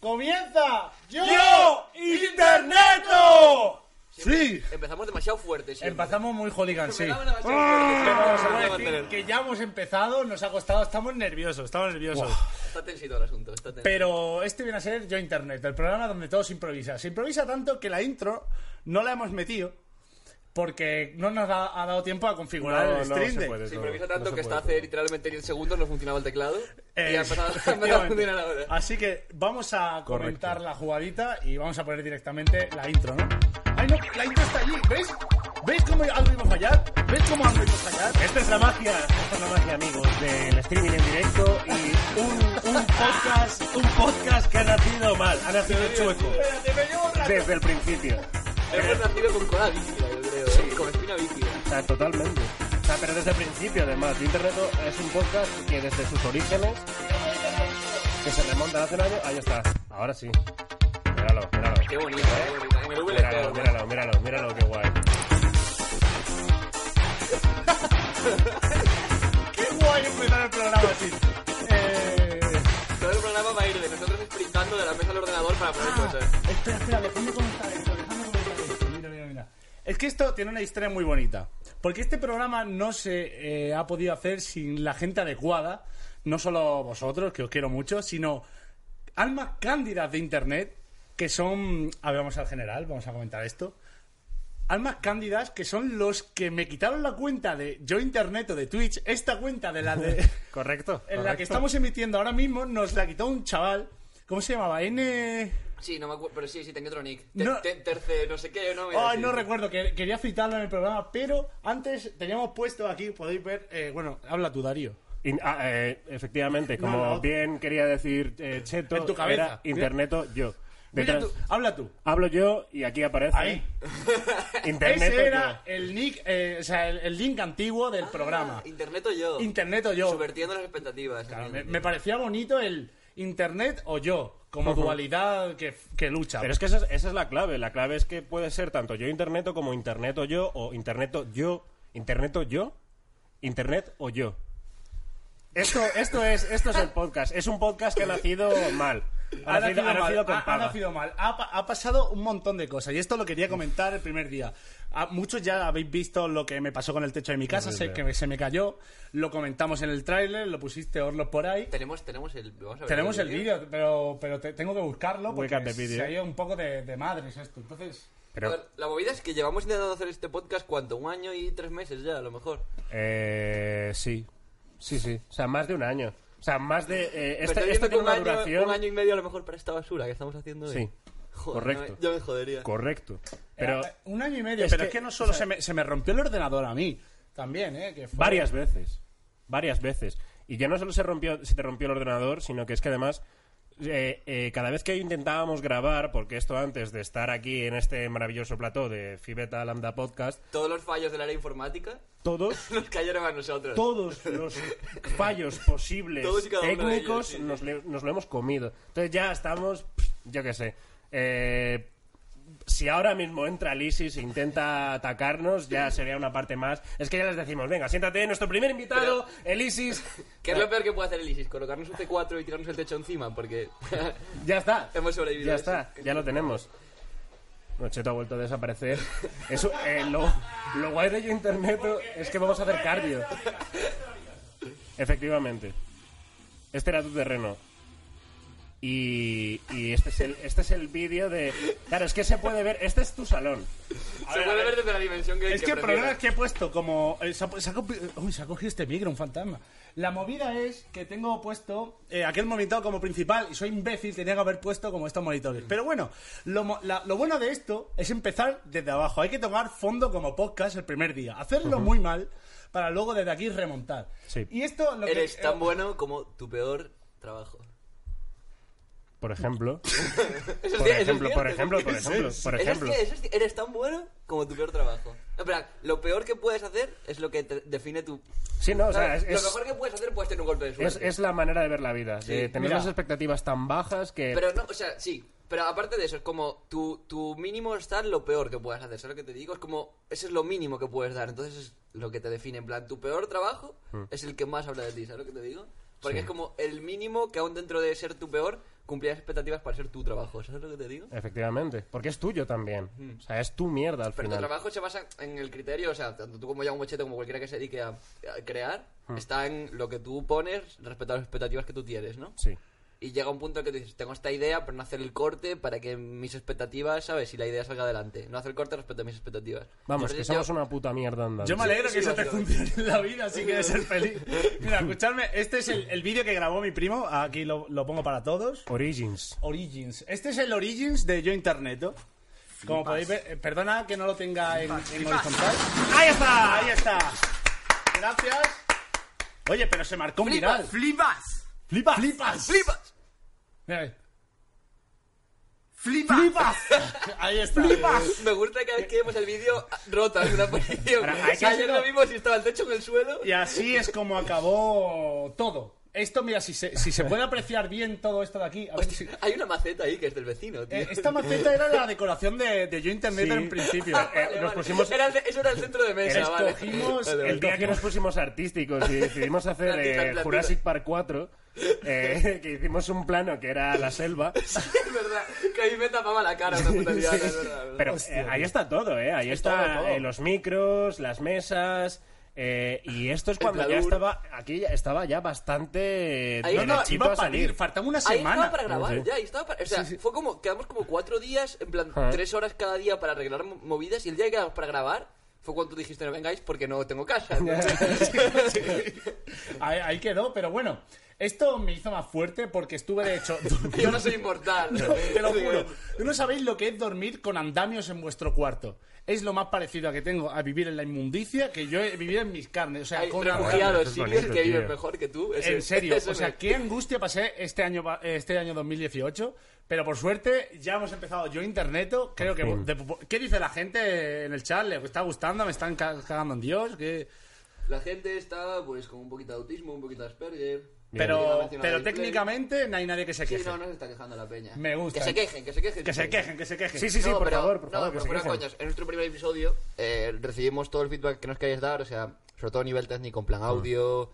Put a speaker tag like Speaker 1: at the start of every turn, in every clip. Speaker 1: Comienza Yo,
Speaker 2: Interneto.
Speaker 1: Sí.
Speaker 3: Empezamos demasiado fuerte, sí.
Speaker 1: Empezamos muy hooligan, sí.
Speaker 3: Empezamos demasiado fuerte, siempre nos
Speaker 1: Vamos a
Speaker 3: vamos a
Speaker 1: decir
Speaker 3: mantener.
Speaker 1: que ya hemos empezado, nos ha costado, estamos nerviosos, estamos nerviosos.
Speaker 3: Ah. Está tensito el asunto, está tenso.
Speaker 1: Pero este viene a ser Yo Internet, el programa donde todo se improvisa. Se improvisa tanto que la intro no la hemos metido porque no nos da- ha dado tiempo a configurar el stream deck.
Speaker 3: Se improvisa tanto que hasta hace literalmente 10 segundos no funcionaba el teclado
Speaker 1: Eh,
Speaker 3: y ha empezado ha empezado a
Speaker 1: efectivamente. Ah,
Speaker 3: funcionar ahora.
Speaker 1: Así que vamos a comentar la jugadita y vamos a poner directamente la intro, ¿no? ¡Ay, no! La intro está allí, ¿ves? ¿Ves cómo algo iba a fallar? ¿Ves cómo algo iba a fallar?
Speaker 2: Esta es la magia, esta es la magia, amigos, del streaming en directo y un, un podcast, un podcast que ha nacido mal, ha nacido chueco
Speaker 1: Espérate, me llevo un rato.
Speaker 2: desde el principio.
Speaker 1: eh.
Speaker 3: Hemos nacido con cola bífida, yo creo, ¿eh? con espina bífida.
Speaker 2: O sea, totalmente. O sea, pero desde el principio, además, Yo Internet es un podcast que desde sus orígenes, que se remontan hace un año, ahí está. Ahora sí. Míralo, míralo.
Speaker 3: Qué bonito, eh, qué bonito. Me duele
Speaker 2: Míralo,
Speaker 3: todo.
Speaker 2: míralo, míralo, míralo, qué guay.
Speaker 1: ¡Qué guay empezar el programa así! Eh...
Speaker 3: Todo el programa va a ir de nosotros sprintando de la mesa al ordenador para poner
Speaker 1: Ah,
Speaker 3: cosas.
Speaker 1: espera, espera, déjame comentar esto, déjame comentar esto. Mira, mira, mira. Es que esto tiene una historia muy bonita. Porque este programa no se eh, ha podido hacer sin la gente adecuada, no solo vosotros, que os quiero mucho, sino almas cándidas de Internet, que son... A ver, vamos al general, vamos a comentar esto. Almas cándidas que son los que me quitaron la cuenta de Yo Internet o de Twitch, esta cuenta de la de... en
Speaker 2: Correcto.
Speaker 1: la que
Speaker 2: correcto.
Speaker 1: estamos emitiendo ahora mismo, nos la quitó un chaval. ¿Cómo se llamaba? N...
Speaker 3: Sí, no me acuerdo, pero sí, sí, tenía otro nick. Te-
Speaker 1: No.
Speaker 3: te- terce, no sé qué, no Era
Speaker 1: Ay,
Speaker 3: así.
Speaker 1: no recuerdo, que, quería citarlo en el programa, pero antes teníamos puesto aquí, podéis ver, eh, bueno, habla tú, Darío.
Speaker 2: In- ah, eh, efectivamente, como
Speaker 1: no.
Speaker 2: bien quería decir eh, Cheto,
Speaker 1: En tu cabeza.
Speaker 2: era Interneto yo.
Speaker 1: Mira
Speaker 2: Detrás-
Speaker 1: tú, habla tú.
Speaker 2: hablo yo y aquí aparece
Speaker 1: Ahí.
Speaker 2: Interneto
Speaker 1: Ese era el nick, eh, o sea, el, el link antiguo del programa.
Speaker 3: Internet o yo.
Speaker 1: Internet o yo.
Speaker 3: Subvertiendo las expectativas.
Speaker 1: Claro, me,
Speaker 3: entiendo.
Speaker 1: me parecía bonito el internet o yo, como dualidad que, que lucha.
Speaker 2: Pero es que esa es, esa es la clave. La clave es que puede ser tanto yo Interneto como Interneto yo o Interneto yo, Interneto yo, Internet o yo. Esto, esto, es, esto es el podcast. Es un podcast que ha nacido mal. Ha, nacido, ha nacido
Speaker 1: mal,
Speaker 2: con
Speaker 1: ha- ha
Speaker 2: paga.
Speaker 1: nacido mal. Ha, pa- ha pasado un montón de cosas y esto lo quería comentar el primer día. Ah, muchos ya habéis visto lo que me pasó con el techo de mi casa, sé que se me cayó, lo comentamos en el tráiler, lo pusiste Orlos por ahí.
Speaker 3: Tenemos, tenemos el. Vamos a ver ¿eh?
Speaker 1: Tenemos el vídeo, pero, pero te- tengo que buscarlo
Speaker 2: Wake up
Speaker 1: porque
Speaker 2: the video.
Speaker 1: se ha ido un poco de, de madres esto. Entonces,
Speaker 2: Pero,
Speaker 3: A ver, La movida es que llevamos intentando hacer este podcast cuánto, un año y tres meses ya, a lo mejor.
Speaker 2: Eh, sí. Sí, sí. O sea, más de un año. O sea, más de... eh,
Speaker 3: Pero
Speaker 2: este,
Speaker 3: estoy viendo que
Speaker 2: esto tiene
Speaker 3: un
Speaker 2: una
Speaker 3: año-
Speaker 2: duración...
Speaker 3: Un año y medio a lo mejor para esta basura que estamos haciendo. hoy.
Speaker 2: Sí.
Speaker 3: Joder,
Speaker 2: Correcto.
Speaker 3: no me- yo me jodería.
Speaker 2: Correcto. Pero
Speaker 1: eh, un año y medio.
Speaker 2: es
Speaker 1: pero
Speaker 2: que-
Speaker 1: es que no solo se, me, se me rompió el ordenador a mí, también, ¿eh? Que fue-
Speaker 2: varias veces. Varias veces. Y ya no solo se, rompió, se te rompió el ordenador, sino que es que además... eh, eh, cada vez que intentábamos grabar, porque esto antes de estar aquí en este maravilloso plató de Fibeta Lambda Podcast,
Speaker 3: Todos los fallos del área informática
Speaker 2: todos,
Speaker 3: nos cayeron a nosotros.
Speaker 2: todos los fallos posibles
Speaker 3: Todos y cada uno de
Speaker 2: técnicos
Speaker 3: ellos, sí, sí.
Speaker 2: nos, le- nos lo hemos comido. Entonces ya estamos, pff, yo qué sé. eh, si ahora mismo entra el ISIS e intenta atacarnos, ya sería una parte más. Es que ya les decimos, venga, siéntate, nuestro primer invitado, el ISIS.
Speaker 3: ¿Qué es lo peor que puede hacer el ISIS? Colocarnos un T4 y tirarnos el techo encima, porque
Speaker 2: Ya está.
Speaker 3: hemos sobrevivido.
Speaker 2: Ya
Speaker 3: a eso.
Speaker 2: está, ya lo tenemos. Nocheto ha vuelto a desaparecer. Eso, eh, lo, lo guay de yo internet es que vamos a hacer cardio. Efectivamente. Este era tu terreno. Y, y este es el, este es el vídeo de... Claro, es que se puede ver, este es tu salón.
Speaker 3: Se puede ver desde la dimensión que
Speaker 1: Es que el
Speaker 3: prefieras.
Speaker 1: problema es que he puesto como. eh, Se ha, pu- se ha copi- uy, se ha cogido este micro, un fantasma. La movida es que tengo puesto eh, aquel monitor como principal y soy imbécil, tenía que haber puesto como estos monitores. Pero bueno, lo, mo- la- lo bueno de esto es empezar desde abajo. Hay que tomar fondo como podcast el primer día. Hacerlo muy mal para luego desde aquí remontar.
Speaker 2: Sí.
Speaker 1: Y esto lo que-
Speaker 3: Eres tan
Speaker 1: eh,
Speaker 3: bueno como tu peor trabajo.
Speaker 2: Por ejemplo,
Speaker 3: Eso es
Speaker 2: por
Speaker 3: cier- eso es
Speaker 2: ejemplo, por
Speaker 3: cierto.
Speaker 2: ejemplo, por ejemplo, por
Speaker 3: Eso es
Speaker 2: ejemplo.
Speaker 3: cier- eso es cier- eres tan bueno como tu peor trabajo. En plan, lo peor que puedes hacer es lo que te define tu...
Speaker 2: Sí, no, o sea,
Speaker 3: ¿Sabes?
Speaker 2: es-
Speaker 3: Lo mejor que puedes hacer puedes tener un golpe de
Speaker 2: Es,
Speaker 3: suerte.
Speaker 2: es la manera de ver la vida, de tener
Speaker 1: Mira.
Speaker 2: las expectativas tan bajas que...
Speaker 3: Pero no, o sea, sí. Pero aparte de eso, es como tu, tu mínimo está en lo peor que puedes hacer. ¿Sabes lo que te digo? Es como, ese es lo mínimo que puedes dar. Entonces es lo que te define. En plan, tu peor trabajo
Speaker 2: Hmm.
Speaker 3: es el que más habla de ti. ¿Sabes lo que te digo? Porque es como el mínimo que aún dentro de ser tu peor, cumplía las expectativas para ser tu trabajo. ¿Sabes lo que te digo?
Speaker 2: Efectivamente, porque es tuyo también.
Speaker 1: Hmm.
Speaker 2: O sea, es tu mierda al
Speaker 3: Pero tu
Speaker 2: final.
Speaker 3: trabajo se basa en el criterio, o sea, tanto tú como ya un Mochete, como cualquiera que se dedique a, a crear,
Speaker 2: Hmm.
Speaker 3: está en lo que tú pones respecto a las expectativas que tú tienes, ¿no?
Speaker 2: Sí.
Speaker 3: Y llega un punto que tú dices, tengo esta idea, pero no hacer el corte para que mis expectativas, ¿sabes? Si la idea salga adelante. No hacer el corte respecto a mis expectativas.
Speaker 2: Vamos,
Speaker 3: Entonces
Speaker 2: que
Speaker 3: yo-
Speaker 2: somos una puta mierda andando.
Speaker 1: Yo me alegro que
Speaker 3: sí,
Speaker 1: se
Speaker 3: sí,
Speaker 1: te
Speaker 3: sí.
Speaker 1: funcione en la vida, así que de ser feliz. Mira, escuchadme, este es el, el vídeo que grabó mi primo. Aquí lo- lo pongo para todos.
Speaker 2: Origins.
Speaker 1: Origins. Este es el Origins de Yo Interneto. Como podéis ver, eh, perdona que no lo tenga en, en horizontal. ¡Ahí está! ¡Ahí está! Gracias. Oye, pero se marcó un viral.
Speaker 3: ¡Flipas! ¡Flipas!
Speaker 1: ¡Flipas! ¡Flipas!
Speaker 3: ¡Flipas!
Speaker 1: Mira eh, ahí.
Speaker 3: ¡Flipas!
Speaker 1: ¡Flipas! Ahí está.
Speaker 3: Me gusta que cada vez que vemos el vídeo rota alguna posición.
Speaker 2: Ahora, hay que
Speaker 3: Ayer
Speaker 2: hacerlo-
Speaker 3: lo vimos si estaba el techo en el suelo.
Speaker 1: Y así es como acabó todo. Esto, mira, si se, si se puede apreciar bien todo esto de aquí. a ver si-
Speaker 3: Hostia, Hay una maceta ahí que es del vecino, tío.
Speaker 1: Eh,
Speaker 2: este,
Speaker 1: Esta maceta era la decoración de, de Yo Interneto
Speaker 2: Sí.
Speaker 1: en principio.
Speaker 2: Ah, eh,
Speaker 3: Vale,
Speaker 2: nos
Speaker 3: vale.
Speaker 2: pusimos-
Speaker 3: Era el- eso era el centro de mesa, vale.
Speaker 1: Escogimos
Speaker 3: Vale, vale.
Speaker 2: El día que nos pusimos artísticos y decidimos hacer
Speaker 3: Platita,
Speaker 2: eh,
Speaker 3: platita.
Speaker 2: Jurassic Park 4, eh, que hicimos un plano que era la selva.
Speaker 3: Es verdad, que ahí me tapaba la cara una puta liana, es verdad, es verdad.
Speaker 2: Pero eh, ahí está todo, ¿eh? Ahí está
Speaker 3: todo, todo.
Speaker 2: eh, los micros, las mesas. eh, y esto es
Speaker 3: El
Speaker 2: cuando ya
Speaker 3: pladur.
Speaker 2: estaba. Aquí ya estaba ya bastante.
Speaker 3: Ahí-
Speaker 1: No, no,
Speaker 2: derechito
Speaker 1: iba a
Speaker 2: salir.
Speaker 1: parir. Faltaba una
Speaker 3: Ahí
Speaker 1: semana.
Speaker 3: estaba para grabar,
Speaker 2: Sí.
Speaker 3: ya, ahí estaba para... O sea, fue como, quedamos como cuatro días, en plan,
Speaker 2: Ah.
Speaker 3: tres horas cada día para arreglar mo- movidas, y el día que quedamos para grabar, fue cuando tú dijiste, no vengáis porque no tengo casa. ¿no?
Speaker 1: Ahí, ahí quedó, pero bueno, esto me hizo más fuerte porque estuve de hecho.
Speaker 3: Yo no soy inmortal.
Speaker 1: Te lo juro. No sabéis lo que es dormir con andamios en vuestro cuarto. Es lo más parecido a que tengo a vivir en la inmundicia que yo he vivido en mis carnes. O sea,
Speaker 3: Hay
Speaker 1: con
Speaker 3: refugiados
Speaker 2: es
Speaker 3: sirios
Speaker 2: bonito,
Speaker 3: que viven
Speaker 2: tío.
Speaker 3: mejor que tú. ese-
Speaker 1: En serio,
Speaker 3: ese
Speaker 1: o sea,
Speaker 3: me-
Speaker 1: qué angustia pasé este año, va- este año 2018. Pero por suerte ya hemos empezado yo interneto. Creo que
Speaker 2: fin.
Speaker 1: de- ¿qué dice la gente en el chat? ¿Le está gustando? ¿Me están ca- cagando en Dios? ¿Qué?
Speaker 3: La gente está, pues, con un poquito de autismo, un poquito de Asperger.
Speaker 1: Pero,
Speaker 3: Nacional
Speaker 1: pero
Speaker 3: Display.
Speaker 1: técnicamente no hay nadie que se
Speaker 3: Sí,
Speaker 1: queje.
Speaker 3: no, no se está quejando la peña.
Speaker 1: Me gusta.
Speaker 3: Que se quejen, que se quejen.
Speaker 1: Que se quejen, que se quejen.
Speaker 2: Sí, sí, sí,
Speaker 3: No,
Speaker 2: por
Speaker 3: pero-
Speaker 2: favor, por
Speaker 3: no,
Speaker 2: favor, que
Speaker 3: pero
Speaker 2: se
Speaker 3: fuera
Speaker 2: quejen.
Speaker 3: coñas, en nuestro primer episodio eh, recibimos todo el feedback que nos queréis dar, o sea, sobre todo a nivel técnico, en plan
Speaker 2: Mm.
Speaker 3: audio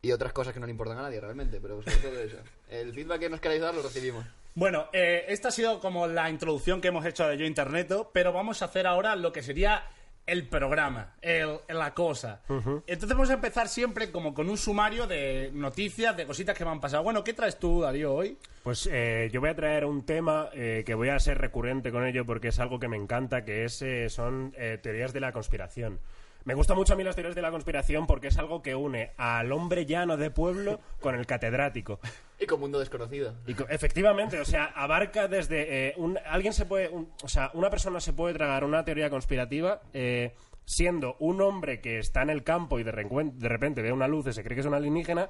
Speaker 3: y otras cosas que no le importan a nadie realmente, pero sobre todo eso. El feedback que nos queráis dar lo recibimos.
Speaker 1: Bueno, eh, esta ha sido como la introducción que hemos hecho de Yo Interneto, pero vamos a hacer ahora lo que sería el programa, el- la cosa. Entonces vamos a empezar siempre como con un sumario de noticias, de cositas que me han pasado. Bueno, ¿qué traes tú, Darío, hoy?
Speaker 2: Pues eh, yo voy a traer un tema eh, que voy a ser recurrente con ello porque es algo que me encanta, que es, eh, son eh, teorías de la conspiración. Me gustan mucho a mí las teorías de la conspiración porque es algo que une al hombre llano de pueblo con el catedrático.
Speaker 3: Y con Mundo Desconocido.
Speaker 2: Y co- efectivamente, o sea, abarca desde eh, un- alguien se puede, un- o sea, una persona se puede tragar una teoría conspirativa eh, siendo un hombre que está en el campo y de, reencuen- de repente ve una luz y se cree que es un alienígena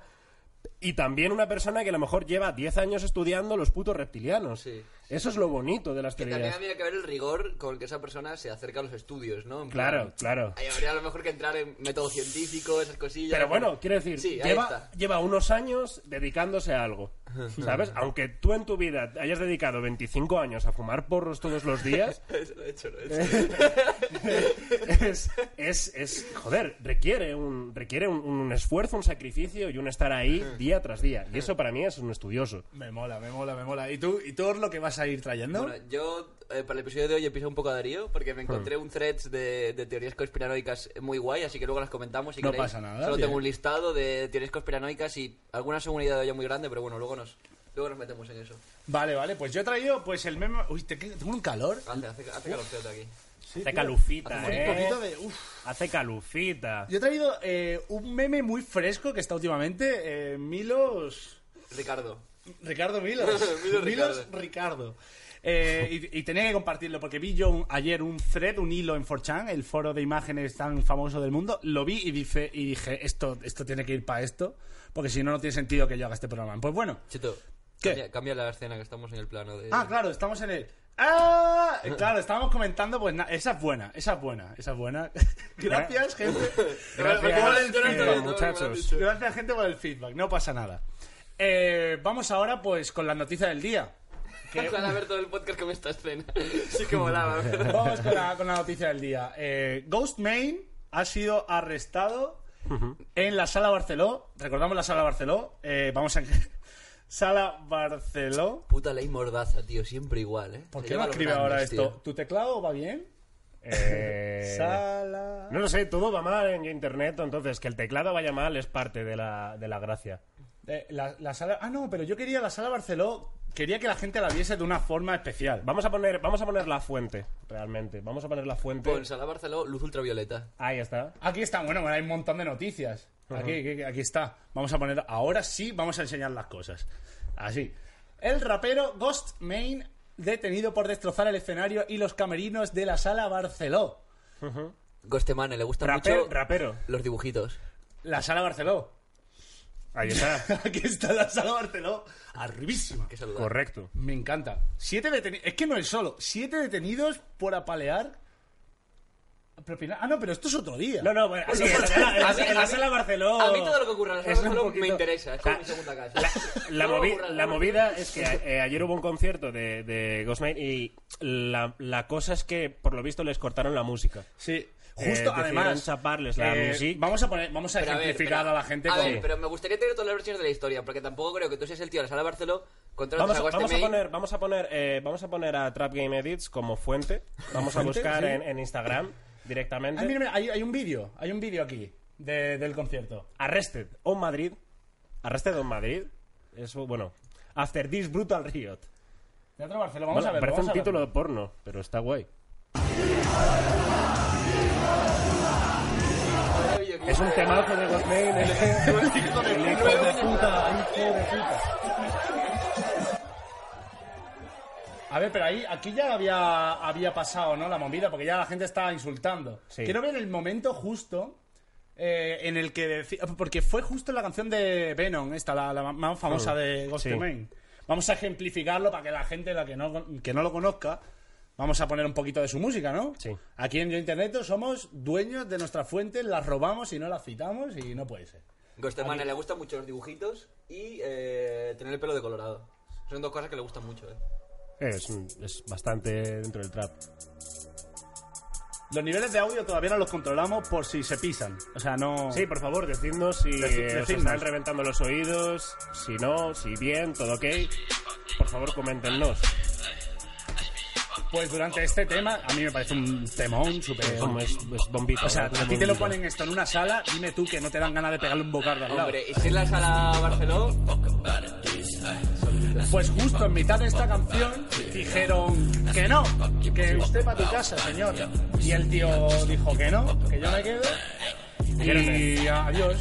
Speaker 2: y también una persona que a lo mejor lleva 10 años estudiando los putos reptilianos.
Speaker 3: Sí.
Speaker 2: Eso es lo bonito de las
Speaker 3: Que también
Speaker 2: teorías.
Speaker 3: había que ver el rigor con el que esa persona se acerca a los estudios, ¿no? En plan,
Speaker 2: Claro, claro.
Speaker 3: Ahí habría a lo mejor que entrar en método científico, esas cosillas.
Speaker 2: Pero bueno, quiero decir,
Speaker 3: Sí, ahí
Speaker 2: lleva,
Speaker 3: está.
Speaker 2: lleva unos años dedicándose a algo, ¿sabes? Aunque tú en tu vida hayas dedicado 25 años a fumar porros todos los días,
Speaker 3: Eso lo he hecho, lo he hecho.
Speaker 2: es, es, es- joder, requiere un requiere un, un esfuerzo, un sacrificio y un estar ahí día tras día. Y eso para mí es un estudioso.
Speaker 1: Me mola, me mola, me mola. ¿Y tú, y tú lo que vas a ir trayendo?
Speaker 3: Bueno, yo eh, para el episodio de hoy he pisado un poco a Darío porque me encontré un threads de, de teorías conspiranoicas muy guay, así que luego las comentamos si
Speaker 1: No
Speaker 3: queréis.
Speaker 1: pasa nada,
Speaker 3: Solo
Speaker 1: bien.
Speaker 3: tengo un listado de teorías conspiranoicas y alguna seguridad de hoy muy grande, pero bueno, luego nos Luego nos metemos en eso.
Speaker 1: Vale, vale, pues yo he traído pues el meme... Uy, te- tengo un calor.
Speaker 3: Hace, hace, hace calorcito aquí.
Speaker 1: Sí,
Speaker 2: Hace
Speaker 1: tío.
Speaker 2: calufita,
Speaker 1: Un
Speaker 2: eh.
Speaker 1: poquito de... uf.
Speaker 2: Hace calufita.
Speaker 1: Yo he traído eh, un meme muy fresco que está últimamente. eh, Milos...
Speaker 3: Ricardo.
Speaker 1: Ricardo Milos.
Speaker 3: Milos Ricardo.
Speaker 1: Milos Ricardo. Eh, y, y tenía que compartirlo porque vi yo un- ayer un thread, un hilo en 4chan, el foro de imágenes tan famoso del mundo. Lo vi y, dije- y dije, esto, esto tiene que ir para esto, porque si no, no tiene sentido que yo haga este programa. Pues bueno.
Speaker 3: Chito,
Speaker 1: ¿Qué?
Speaker 3: Cambia, cambia la escena que estamos en el plano de.
Speaker 1: Ah, claro, estamos en el... ¡Ah! Eh, Claro, estábamos comentando, pues na- esa es buena, esa es buena, esa es buena. Gracias, gente.
Speaker 2: Gracias,
Speaker 1: Por el
Speaker 2: eh,
Speaker 1: feedback.
Speaker 2: muchachos.
Speaker 1: Gracias, gente, por el feedback, no pasa nada. Eh, vamos ahora, pues, con la noticia del día. Que-
Speaker 3: Ojalá ver todo el podcast con esta escena. Sí que molaba.
Speaker 1: Vamos con la, con la noticia del día. Eh, Ghost Main ha sido arrestado en la Sala Barceló. Recordamos la Sala Barceló. Eh, vamos a... Sala Barceló.
Speaker 3: Puta ley mordaza, tío. Siempre igual, ¿eh?
Speaker 1: ¿Por
Speaker 3: Se
Speaker 1: qué no
Speaker 3: lleva los
Speaker 1: escribe
Speaker 3: grandes,
Speaker 1: ahora esto?
Speaker 3: tío.
Speaker 1: ¿Tu teclado va bien?
Speaker 2: Eh,
Speaker 1: Sala...
Speaker 2: No lo sé, todo va mal en internet, entonces que el teclado vaya mal es parte de la, de la gracia.
Speaker 1: Eh, la, la sala... Ah, no, pero yo quería la Sala Barceló. Quería que la gente la viese de una forma especial.
Speaker 2: Vamos a poner, vamos a poner la fuente, realmente. Vamos a poner la fuente.
Speaker 3: Pon Sala Barceló, luz ultravioleta.
Speaker 2: Ahí está.
Speaker 1: Aquí está, bueno, bueno, hay un montón de noticias. Aquí, aquí, aquí está. Vamos a poner, ahora sí vamos a enseñar las cosas. Así. El rapero Ghost Main detenido por destrozar el escenario y los camerinos de la sala Barceló.
Speaker 3: Gostemane, le gustan
Speaker 2: Raper-
Speaker 3: mucho
Speaker 2: rapero.
Speaker 3: los dibujitos.
Speaker 1: La sala Barceló.
Speaker 2: Ahí está.
Speaker 1: Aquí está la sala Barceló. Arribísima.
Speaker 3: Qué saludable.
Speaker 2: Correcto.
Speaker 1: Me encanta. Siete detenidos. Es que no es solo. Siete detenidos por apalear. Propinar- Ah, no, pero esto es otro día.
Speaker 2: No, no, bueno, así es, en la- en la- en la sala Barceló.
Speaker 3: A mí todo lo que ocurra en la sala
Speaker 2: es un
Speaker 3: Barceló
Speaker 2: poquito-
Speaker 3: me interesa. Es como mi segunda casa.
Speaker 2: La,
Speaker 3: Todo lo que
Speaker 2: movi-
Speaker 3: ocurra en
Speaker 2: la
Speaker 3: Barceló.
Speaker 2: movida es que eh, ayer hubo un concierto de, de Ghost Night y la, la cosa es que por lo visto les cortaron la música.
Speaker 1: Sí.
Speaker 2: Eh,
Speaker 1: Justo,
Speaker 2: decidieron
Speaker 1: además. eh,
Speaker 2: chaparles la música.
Speaker 1: Vamos a poner, vamos a
Speaker 3: Pero a ver,
Speaker 1: ejemplificar
Speaker 3: pero-
Speaker 1: a, la gente
Speaker 3: A
Speaker 1: con-
Speaker 3: ver, pero me gustaría tener todas las versiones de la historia, porque tampoco creo que tú seas el tío de la sala Barceló. Contratas
Speaker 2: Vamos a,
Speaker 3: a Ghost
Speaker 2: vamos a
Speaker 3: Mail.
Speaker 2: poner, vamos a poner, eh, vamos a poner a Trap Game Edits como fuente. Vamos a
Speaker 1: ¿Fuente?
Speaker 2: buscar
Speaker 1: Sí.
Speaker 2: en, en Instagram
Speaker 1: Ah, mira,
Speaker 2: directamente.
Speaker 1: mira, hay, hay un vídeo, hay un vídeo aquí de- del concierto.
Speaker 2: Arrested on Madrid. Arrested on Madrid. Eso, bueno. After this brutal riot.
Speaker 1: Teatro Barceló, vamos
Speaker 2: Bueno,
Speaker 1: a ver.
Speaker 2: parece
Speaker 1: vamos
Speaker 2: un
Speaker 1: a ver.
Speaker 2: título de porno, pero está guay. Es un temazo de Ghost Mail, eh. El hijo de puta, hijo de puta.
Speaker 1: A ver, pero ahí, aquí ya había, había pasado, ¿no? La movida, porque ya la gente estaba insultando.
Speaker 2: Sí.
Speaker 1: Quiero ver el momento justo eh, en el que decía. Porque fue justo en la canción de Venom, esta, la, la más famosa de Ghost
Speaker 2: Sí.
Speaker 1: Main. Vamos a ejemplificarlo para que la gente la que no, que no lo conozca. Vamos a poner un poquito de su música, ¿no?
Speaker 2: Sí.
Speaker 1: Aquí en Yo Internet somos dueños de nuestras fuentes, las robamos y no las citamos y no puede ser.
Speaker 3: Gostemane le gustan mucho los dibujitos y eh, tener el pelo de colorado. Son dos cosas que le gustan mucho, eh.
Speaker 2: Es, un- es bastante dentro del trap.
Speaker 1: Los niveles de audio todavía no los controlamos por si se pisan. O sea, no.
Speaker 2: Sí, por favor, decidnos si
Speaker 1: Deci-
Speaker 2: eh, os
Speaker 1: decidnos.
Speaker 2: están reventando los oídos, si no, si bien, todo ok. Por favor, coméntenos.
Speaker 1: Pues durante este tema, a mí me parece un temón súper.
Speaker 2: Como es, es bombita.
Speaker 1: O sea,
Speaker 2: ¿no?
Speaker 1: a ti te lo ponen esto en una sala, dime tú que no te dan ganas de pegarle un bocardo al lado.
Speaker 3: Hombre, y si es la sala Barceló,
Speaker 1: Pues justo en mitad de esta canción dijeron que no, que usted para tu casa, señor. Y el tío dijo que no, que yo me quedo. Y adiós.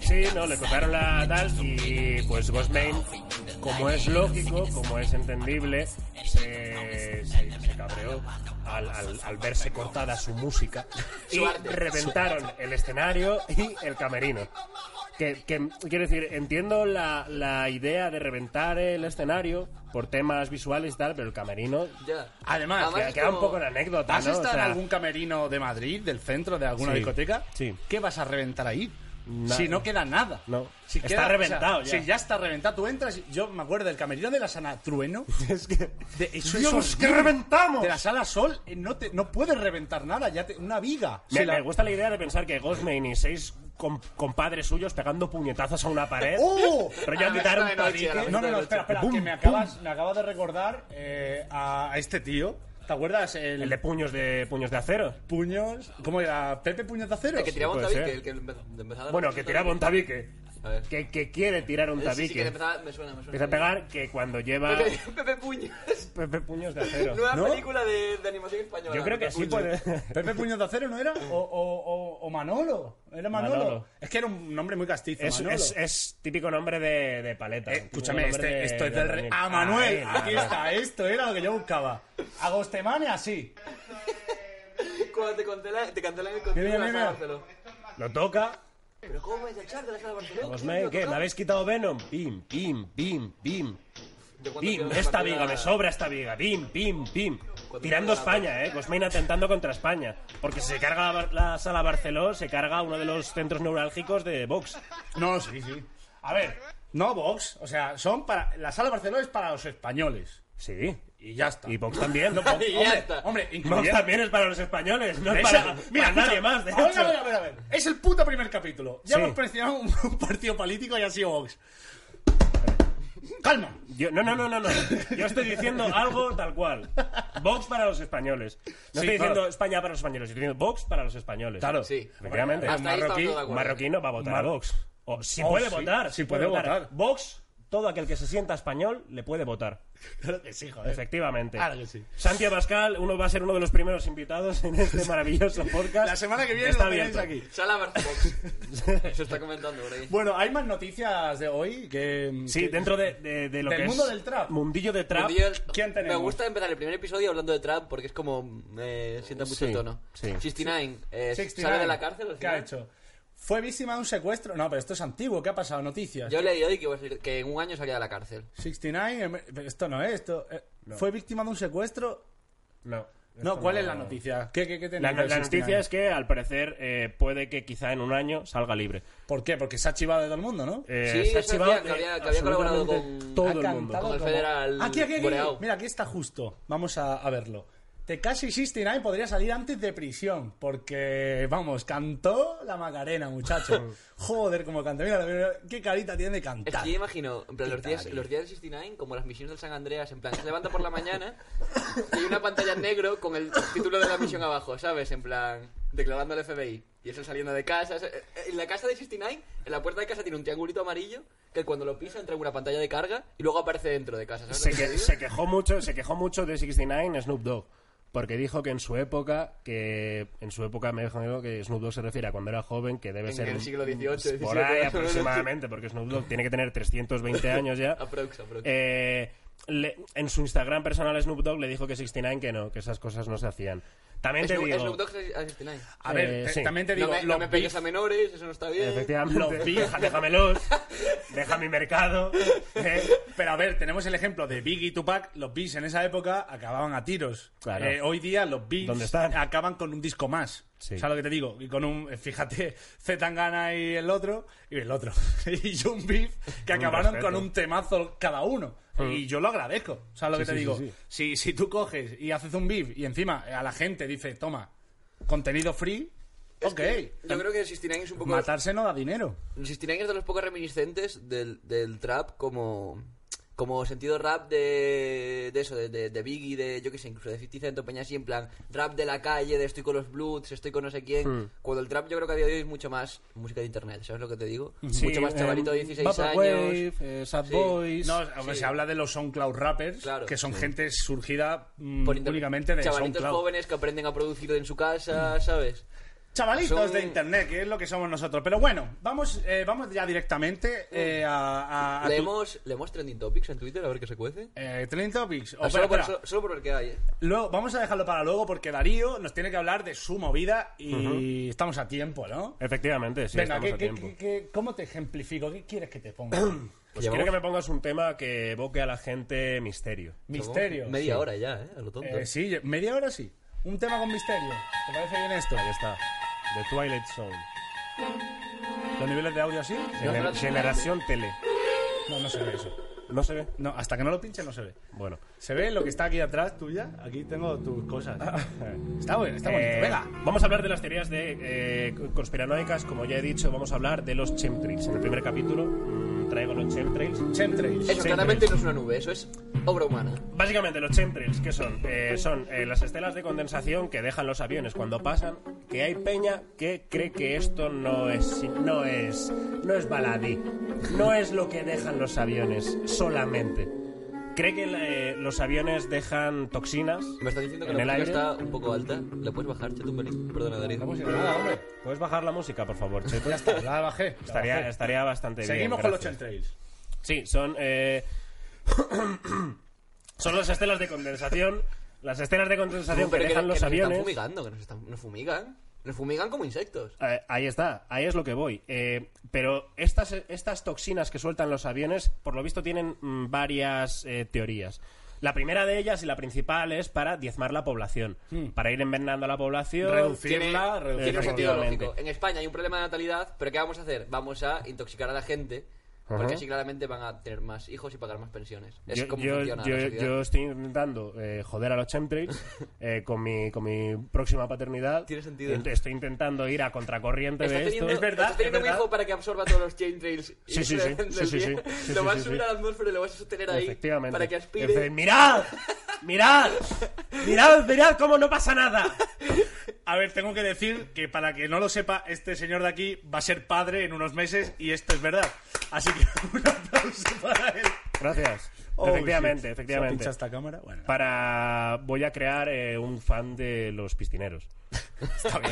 Speaker 2: Sí, no, le cortaron la tal y pues Ghostmain, como es lógico, como es entendible, se, se- se cabreó al, al- al verse cortada su música y
Speaker 3: Su arte.
Speaker 2: reventaron el escenario y el camerino. Que, que, quiero decir, entiendo la, la idea de reventar el escenario por temas visuales y tal, pero el camerino
Speaker 3: ya.
Speaker 1: Además,
Speaker 2: queda,
Speaker 3: es
Speaker 2: queda un
Speaker 3: como-
Speaker 2: poco en anécdota,
Speaker 1: ¿Has
Speaker 2: ¿no? O
Speaker 1: estado en
Speaker 2: sea,
Speaker 1: algún camerino de Madrid, del centro, de alguna
Speaker 2: Sí,
Speaker 1: discoteca?
Speaker 2: sí.
Speaker 1: ¿Qué vas a reventar ahí?
Speaker 2: Nada.
Speaker 1: Si no queda nada.
Speaker 2: No.
Speaker 1: Si
Speaker 2: Está
Speaker 1: queda- o sea,
Speaker 2: reventado ya.
Speaker 1: Si ya está reventado, tú entras. y- Yo me acuerdo del camerino de la Sana Trueno.
Speaker 2: Es que...
Speaker 1: De, eso es
Speaker 2: ¡Dios, que
Speaker 1: horrible.
Speaker 2: reventamos!
Speaker 1: De la sala Sol eh, no, te, no puedes reventar nada, ya te- una viga.
Speaker 2: Me,
Speaker 1: Se la-
Speaker 2: me gusta la idea de pensar que Ghostman y seis com- compadres suyos pegando puñetazos a una pared.
Speaker 1: ¡Oh!
Speaker 2: Pero ya
Speaker 3: A la
Speaker 2: quitar un
Speaker 3: mesa de noche, a la
Speaker 2: tabique.
Speaker 1: No, no, no, espera, espera,
Speaker 2: Pum,
Speaker 1: que me
Speaker 2: pum.
Speaker 1: acabas, me acabas de recordar eh, a, a este tío. ¿Te acuerdas? El,
Speaker 2: El de puños de puños de acero.
Speaker 1: puños. ¿Cómo era? ¿Pepe Puños de Acero?
Speaker 3: El que tiraba un
Speaker 2: puede
Speaker 3: tabique,
Speaker 2: ser.
Speaker 3: el que empe- empezaba a dar
Speaker 2: Bueno,
Speaker 3: mucho
Speaker 2: que tiraba un
Speaker 3: tabique.
Speaker 2: tabique.
Speaker 3: A ver.
Speaker 2: que, que quiere tirar un
Speaker 3: Eh, sí, sí,
Speaker 2: tabique.
Speaker 3: que empezaba- me suena, me suena.
Speaker 2: Empieza a pegar que cuando lleva
Speaker 3: Pepe, Pepe Puñas.
Speaker 2: Pepe Puños de Acero.
Speaker 3: Nueva
Speaker 1: ¿No?
Speaker 3: película de, de animación española.
Speaker 2: Yo creo que
Speaker 3: Pepe
Speaker 2: sí
Speaker 3: Puñas.
Speaker 2: puede...
Speaker 1: Pepe Puño de Acero, ¿no era? O, o- o- o Manolo. ¿Era Manolo?
Speaker 2: Manolo.
Speaker 1: Es que era un nombre muy castizo,
Speaker 2: Es,
Speaker 1: Manolo.
Speaker 2: es- es típico nombre de, de paleta.
Speaker 1: Eh,
Speaker 2: típico
Speaker 1: escúchame,
Speaker 2: nombre
Speaker 1: este,
Speaker 2: de-
Speaker 1: esto es
Speaker 2: de
Speaker 1: del rey.
Speaker 2: Ramírez.
Speaker 1: ¡Ah, Manuel!
Speaker 2: Ay,
Speaker 1: Aquí está, esto era lo que yo buscaba. Agostemania, sí.
Speaker 3: Cuando te cantelan, te cantelan el
Speaker 1: Mira,
Speaker 3: concierto
Speaker 1: mira,
Speaker 3: de la sala
Speaker 1: mira.
Speaker 3: Barceló.
Speaker 2: Lo toca.
Speaker 3: Pero ¿cómo vais a echar de la sala Barceló?
Speaker 2: Pues
Speaker 3: ¿Qué
Speaker 2: me,
Speaker 3: tío,
Speaker 2: ¿qué? ¿Me
Speaker 3: tocado?
Speaker 2: habéis quitado Venom? Pim, pim, pim, pim.
Speaker 3: ¿De cuándo
Speaker 2: Pim,
Speaker 3: quedó la
Speaker 2: esta
Speaker 3: partida?
Speaker 2: viga, me sobra esta viga. Pim, pim, pim. Tirando a España, ¿eh? Cosmain atentando contra España. Porque si se carga la, la sala Barceló, se carga uno de los centros neurálgicos de Vox.
Speaker 1: No, sí, sí. A ver, no Vox. O sea, son para. La sala Barcelona es para los españoles.
Speaker 2: Sí.
Speaker 1: Y ya está.
Speaker 2: Y Vox también.
Speaker 1: No, Vox-
Speaker 3: Y ya
Speaker 1: hombre,
Speaker 3: está.
Speaker 1: hombre,
Speaker 2: Vox
Speaker 1: incluye-
Speaker 2: también es para los españoles, no es
Speaker 1: Es
Speaker 2: para,
Speaker 1: el-
Speaker 2: mira,
Speaker 1: escucha,
Speaker 2: nadie más, de
Speaker 1: ahora,
Speaker 2: hecho.
Speaker 1: A ver, a ver, a ver. Es el puto primer capítulo. Ya
Speaker 2: Sí.
Speaker 1: hemos presionado un, un partido político y ha sido Vox. Calma.
Speaker 2: Yo- no, no, no, no, no. Yo estoy diciendo algo tal cual. Vox para los españoles. No estoy diciendo
Speaker 1: claro.
Speaker 2: España para los españoles, estoy diciendo Vox para los españoles.
Speaker 1: Claro.
Speaker 3: Sí.
Speaker 2: Efectivamente.
Speaker 3: Hasta ahí estamos
Speaker 1: marroquí,
Speaker 3: todos de
Speaker 2: Un
Speaker 3: acuerdo.
Speaker 2: marroquí no va a votar a
Speaker 1: Mar-
Speaker 2: Vox. O, si
Speaker 1: Oh,
Speaker 2: puede
Speaker 1: sí,
Speaker 2: votar.
Speaker 1: sí puede votar.
Speaker 2: Vox, todo aquel que se sienta español, le puede votar.
Speaker 1: Claro que sí, joder.
Speaker 2: Efectivamente.
Speaker 1: Claro que sí.
Speaker 2: Santiago Pascal, uno va a ser uno de los primeros invitados en este maravilloso podcast.
Speaker 1: La semana que viene
Speaker 2: Está
Speaker 1: lo tenéis
Speaker 2: abierto.
Speaker 1: aquí.
Speaker 3: Sala Barceló. Se está comentando por ahí.
Speaker 1: Bueno, hay más noticias de hoy que...
Speaker 2: Sí,
Speaker 1: que-
Speaker 2: dentro de, de- de lo
Speaker 1: Del
Speaker 2: que es...
Speaker 1: mundo del trap.
Speaker 2: Mundillo de trap.
Speaker 3: Cuando yo-
Speaker 1: ¿Quién tenemos?
Speaker 3: Me gusta empezar el primer episodio hablando de Trump porque es como. eh, sienta mucho
Speaker 2: Sí,
Speaker 3: el tono.
Speaker 2: sí.
Speaker 3: 69, eh,
Speaker 1: 69.
Speaker 3: sale de la cárcel. al
Speaker 1: ¿Qué ha
Speaker 3: final?
Speaker 1: hecho? Fue víctima de un secuestro. No, pero esto es antiguo. ¿Qué ha pasado? Noticias.
Speaker 3: Yo leí hoy que, iba a salir- que en un año salía de la cárcel.
Speaker 1: 69. em- pero Esto no es. Esto, eh, Fue víctima de un secuestro.
Speaker 2: No.
Speaker 1: No, ¿cuál es la noticia? ¿Qué, qué, qué
Speaker 2: La,
Speaker 1: tenemos
Speaker 2: la
Speaker 1: de
Speaker 2: noticia
Speaker 1: 69?
Speaker 2: es que, al parecer, eh, puede que quizá en un año salga libre.
Speaker 1: ¿Por qué? Porque se ha chivado de todo el mundo, ¿no?
Speaker 2: Eh,
Speaker 3: Sí,
Speaker 2: se ha
Speaker 3: eso
Speaker 2: chivado
Speaker 3: decían que
Speaker 2: de
Speaker 3: había- que había colaborado
Speaker 2: absolutamente
Speaker 3: con-
Speaker 2: todo
Speaker 1: Ha
Speaker 2: el mundo.
Speaker 1: cantado
Speaker 3: Con el
Speaker 1: como-
Speaker 3: Federal
Speaker 1: Aquí, aquí, aquí.
Speaker 3: Boreau.
Speaker 1: Mira, aquí está justo. Vamos a, a verlo. Tekashi 69 podría salir antes de prisión, porque, vamos, cantó la Macarena, muchacho. Joder, como canta. Mira, mira, mira, qué carita tiene de
Speaker 3: Es
Speaker 1: cantar.
Speaker 3: que yo imagino, en plan, los días, los días de 69, como las misiones del San Andreas, en plan, se levanta por la mañana y hay una pantalla en negro con el título de la misión abajo, ¿sabes? En plan, declarando al FBI. Y es él saliendo de casa. es- eh, En la casa de 69, en la puerta de casa tiene un triangulito amarillo que cuando lo pisa entra en una pantalla de carga y luego aparece dentro de casa, ¿sabes?
Speaker 2: se,
Speaker 3: lo que te
Speaker 2: que-
Speaker 3: digo?
Speaker 2: se quejó mucho se quejó mucho de 69 Snoop Dogg porque dijo que en su época que en su época me dijo que Snoop Dogg se refiere a cuando era joven que debe
Speaker 3: En
Speaker 2: ser
Speaker 3: el
Speaker 2: un-
Speaker 3: siglo XVIII,
Speaker 2: por
Speaker 3: XVII,
Speaker 2: ahí
Speaker 3: ¿no?
Speaker 2: aproximadamente porque Snoop Dogg tiene que tener 320 años ya
Speaker 3: Aprox, aprox.
Speaker 2: Eh, le- en su Instagram personal Snoop Dogg le dijo que 69 que no que esas cosas no se hacían también te
Speaker 3: Snoop-
Speaker 2: digo
Speaker 3: Snoop Dogg a 69.
Speaker 1: A ver,
Speaker 2: Eh,
Speaker 1: te-
Speaker 2: sí.
Speaker 1: también te
Speaker 3: No
Speaker 1: digo,
Speaker 3: me, no
Speaker 1: los
Speaker 3: me pegues
Speaker 1: beef-
Speaker 3: a menores, eso no está bien.
Speaker 2: Efectivamente.
Speaker 1: Los vi.
Speaker 2: Deja- déjamelos. Deja mi mercado. eh.
Speaker 1: Pero a ver, tenemos el ejemplo de Biggie y Tupac. Los Beats en esa época acababan a tiros.
Speaker 2: Claro.
Speaker 1: Eh, hoy día los Beats
Speaker 2: ¿Dónde están?
Speaker 1: acaban con un disco más.
Speaker 2: Sí.
Speaker 1: ¿Sabes lo que te digo? Y con un, eh, fíjate, Z Tangana y el otro, y el otro, y John Beef, que
Speaker 2: Un
Speaker 1: acabaron
Speaker 2: respeto. Mm.
Speaker 1: con un temazo cada uno. Y yo lo agradezco. ¿Sabes lo que
Speaker 2: Sí,
Speaker 1: te
Speaker 2: sí,
Speaker 1: digo?
Speaker 2: sí, sí.
Speaker 1: Si, si tú coges y haces un beef y encima a la gente dice, toma, contenido free,
Speaker 3: Es
Speaker 1: ok.
Speaker 3: que Yo creo que 69 es un poco...
Speaker 1: Matarse no da dinero.
Speaker 3: 69 es de los pocos reminiscentes del, del trap como, como sentido rap de, de eso, de, de, de Biggie, de yo qué sé, incluso de 50 Cent o Peña así, en plan rap de la calle, de estoy con los Bloods, estoy con no sé quién.
Speaker 1: Hmm.
Speaker 3: Cuando el trap yo creo que a día de hoy es mucho más música de internet, ¿sabes lo que te digo? mucho más
Speaker 2: Sí,
Speaker 3: chavalito de
Speaker 2: eh,
Speaker 3: 16
Speaker 2: Vaporwave,
Speaker 3: años.
Speaker 2: eh, Sad
Speaker 3: Sí.
Speaker 2: Boys.
Speaker 1: No, o sea, se habla de los SoundCloud rappers,
Speaker 3: Claro.
Speaker 1: que son gente surgida mm,
Speaker 3: por internet.
Speaker 1: únicamente de
Speaker 3: Chavalitos
Speaker 1: SoundCloud. Hmm.
Speaker 3: jóvenes que aprenden a producir en su casa, ¿sabes?
Speaker 1: Chavalitos
Speaker 3: Son-
Speaker 1: de internet, que es lo que somos nosotros. Pero bueno, vamos, eh, vamos ya directamente eh, a, a- a tu-
Speaker 3: Leemos, leemos trending topics en Twitter a ver qué se cuece.
Speaker 1: eh, Trending Topics. O,
Speaker 3: Ah, solo,
Speaker 1: espera,
Speaker 3: por,
Speaker 1: espera.
Speaker 3: so- solo por ver qué hay, ¿eh?
Speaker 1: Luego, vamos a dejarlo para luego porque Darío nos tiene que hablar de su movida y estamos a tiempo, ¿no?
Speaker 2: Efectivamente, sí,
Speaker 1: Venga,
Speaker 2: estamos
Speaker 1: ¿qué-
Speaker 2: a
Speaker 1: qué-
Speaker 2: tiempo.
Speaker 1: qué- qué- ¿cómo te ejemplifico? ¿Qué quieres que te ponga?
Speaker 2: Pues quiero que me pongas un tema que evoque a la gente misterio.
Speaker 1: misterio.
Speaker 3: Media
Speaker 1: sí.
Speaker 3: hora ya, ¿eh? A lo tonto.
Speaker 1: Eh, sí, media hora sí. Un tema con misterio. ¿Te parece bien esto?
Speaker 2: Ahí está. The Twilight Zone.
Speaker 1: ¿Los niveles de audio así?
Speaker 2: Gener- generación Tele.
Speaker 1: No, no se ve eso.
Speaker 2: ¿No se ve?
Speaker 1: No, hasta que no lo pinche no se ve.
Speaker 2: Bueno.
Speaker 1: Se ve lo que está aquí atrás tuya. Aquí tengo tus cosas. está bueno, está bonito.
Speaker 2: Ah. Eh,
Speaker 1: Venga.
Speaker 2: Vamos a hablar de las teorías de eh, conspiranoicas. Como ya he dicho, vamos a hablar de los chemtrails. En el primer capítulo mm, traigo los chemtrails.
Speaker 1: Chemtrails.
Speaker 3: Eso
Speaker 2: Sí,
Speaker 3: claramente no es una nube, eso es obra humana.
Speaker 2: Básicamente, los chemtrails, ¿qué son? Eh, son eh, las estelas de condensación que dejan los aviones cuando pasan, que hay peña que cree que esto no es no es no es baladí, no es lo que dejan los aviones solamente. Cree que eh, los aviones dejan toxinas.
Speaker 3: Me estás diciendo que
Speaker 2: ¿En
Speaker 3: la
Speaker 2: el
Speaker 3: música
Speaker 2: aire?
Speaker 3: está un poco alta. ¿La puedes bajar, Chetumberín? Perdona, Darío.
Speaker 1: No puse nada, hombre.
Speaker 2: ¿Puedes bajar la música, por favor, Cheto?
Speaker 1: Ya está, la bajé. la
Speaker 2: Estaría,
Speaker 1: bajé.
Speaker 2: estaría bastante bien.
Speaker 1: Seguimos con los
Speaker 2: gracias.
Speaker 1: chemtrails.
Speaker 2: Sí, son. eh, son las estelas de condensación. Las estelas de condensación que
Speaker 3: Pero
Speaker 2: dejan los
Speaker 3: nos están
Speaker 2: aviones.
Speaker 3: fumigando, que nos, están, nos fumigan. Nos fumigan como insectos.
Speaker 2: Eh, ahí está, ahí es lo que voy. Eh, pero estas, estas toxinas que sueltan los aviones, por lo visto, tienen mm, varias eh, teorías. La primera de ellas y la principal es para diezmar la población, para ir envenenando a la población. eh,
Speaker 1: Reducir.
Speaker 3: Tiene,
Speaker 1: Firma, reducir
Speaker 3: tiene un sentido
Speaker 2: efectivamente.
Speaker 3: lógico. En España hay un problema de natalidad, pero ¿qué vamos a hacer? Vamos a intoxicar a la gente, porque así claramente van a tener más hijos y pagar más pensiones. Es
Speaker 2: Yo,
Speaker 3: como
Speaker 2: yo-
Speaker 3: funciona la
Speaker 2: yo-
Speaker 3: sociedad.
Speaker 2: yo estoy intentando eh, joder a los chemtrails eh, con, mi, con mi próxima paternidad.
Speaker 3: Tiene sentido.
Speaker 2: Ent- Estoy intentando ir a contracorriente
Speaker 3: Está
Speaker 2: de esto.
Speaker 3: teniendo,
Speaker 1: Es verdad,
Speaker 3: está teniendo
Speaker 1: es
Speaker 3: un
Speaker 1: verdad.
Speaker 3: hijo para que absorba todos los chain trails. y
Speaker 2: Sí, sí, sí,
Speaker 3: del
Speaker 2: sí, sí,
Speaker 3: pie.
Speaker 2: sí, sí,
Speaker 3: Lo
Speaker 2: sí,
Speaker 3: vas
Speaker 2: sí,
Speaker 3: a subir
Speaker 2: sí.
Speaker 3: a la atmósfera y lo vas a sostener ahí.
Speaker 2: Efectivamente.
Speaker 3: Para que aspire.
Speaker 2: Entonces, ¡Mirad! ¡Mirad! ¡Mirad, mirad cómo no pasa nada!
Speaker 1: A ver, tengo que decir que para que no lo sepa, este señor de aquí va a ser padre en unos meses y esto es verdad. Así que un aplauso para él.
Speaker 2: Gracias.
Speaker 1: Oh,
Speaker 2: efectivamente,
Speaker 1: shit. ¿Se ha
Speaker 2: efectivamente.
Speaker 1: pinchado esta cámara? Bueno,
Speaker 2: Para. Voy a crear eh, un fan de los piscineros.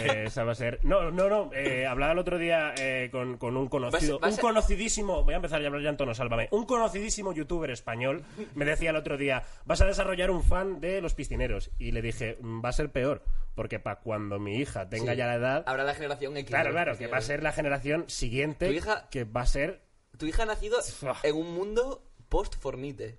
Speaker 2: Eh, esa va a ser. No, no, no. eh, hablaba el otro día eh, con, con un conocido.
Speaker 3: Vas- vas
Speaker 2: un
Speaker 3: a-
Speaker 2: conocidísimo. Voy a empezar a hablar ya en tono, sálvame. Un conocidísimo youtuber español me decía el otro día: Vas a desarrollar un fan de los piscineros. Y le dije: "Mm, Va a ser peor. Porque para cuando mi hija tenga
Speaker 3: Sí.
Speaker 2: ya la edad.
Speaker 3: Habrá la generación X.
Speaker 2: Claro,
Speaker 3: de los
Speaker 2: claro, que va a
Speaker 3: cristianos.
Speaker 2: ser la generación siguiente.
Speaker 3: Tu hija-
Speaker 2: Que va a ser.
Speaker 3: Tu hija ha nacido
Speaker 2: Buah.
Speaker 3: en un mundo post-Fornite.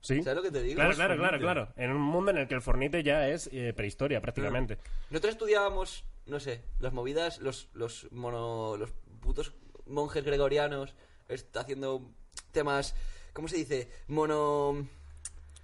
Speaker 2: Sí.
Speaker 3: ¿Sabes lo que te digo?
Speaker 2: Claro, claro, claro,
Speaker 1: Fornite.
Speaker 2: claro. En un mundo en el que el fornite ya es eh, prehistoria prácticamente.
Speaker 3: Nosotros estudiábamos, no sé, las movidas, los, los mono. los putos monjes gregorianos est- haciendo temas. ¿Cómo se dice? Mono.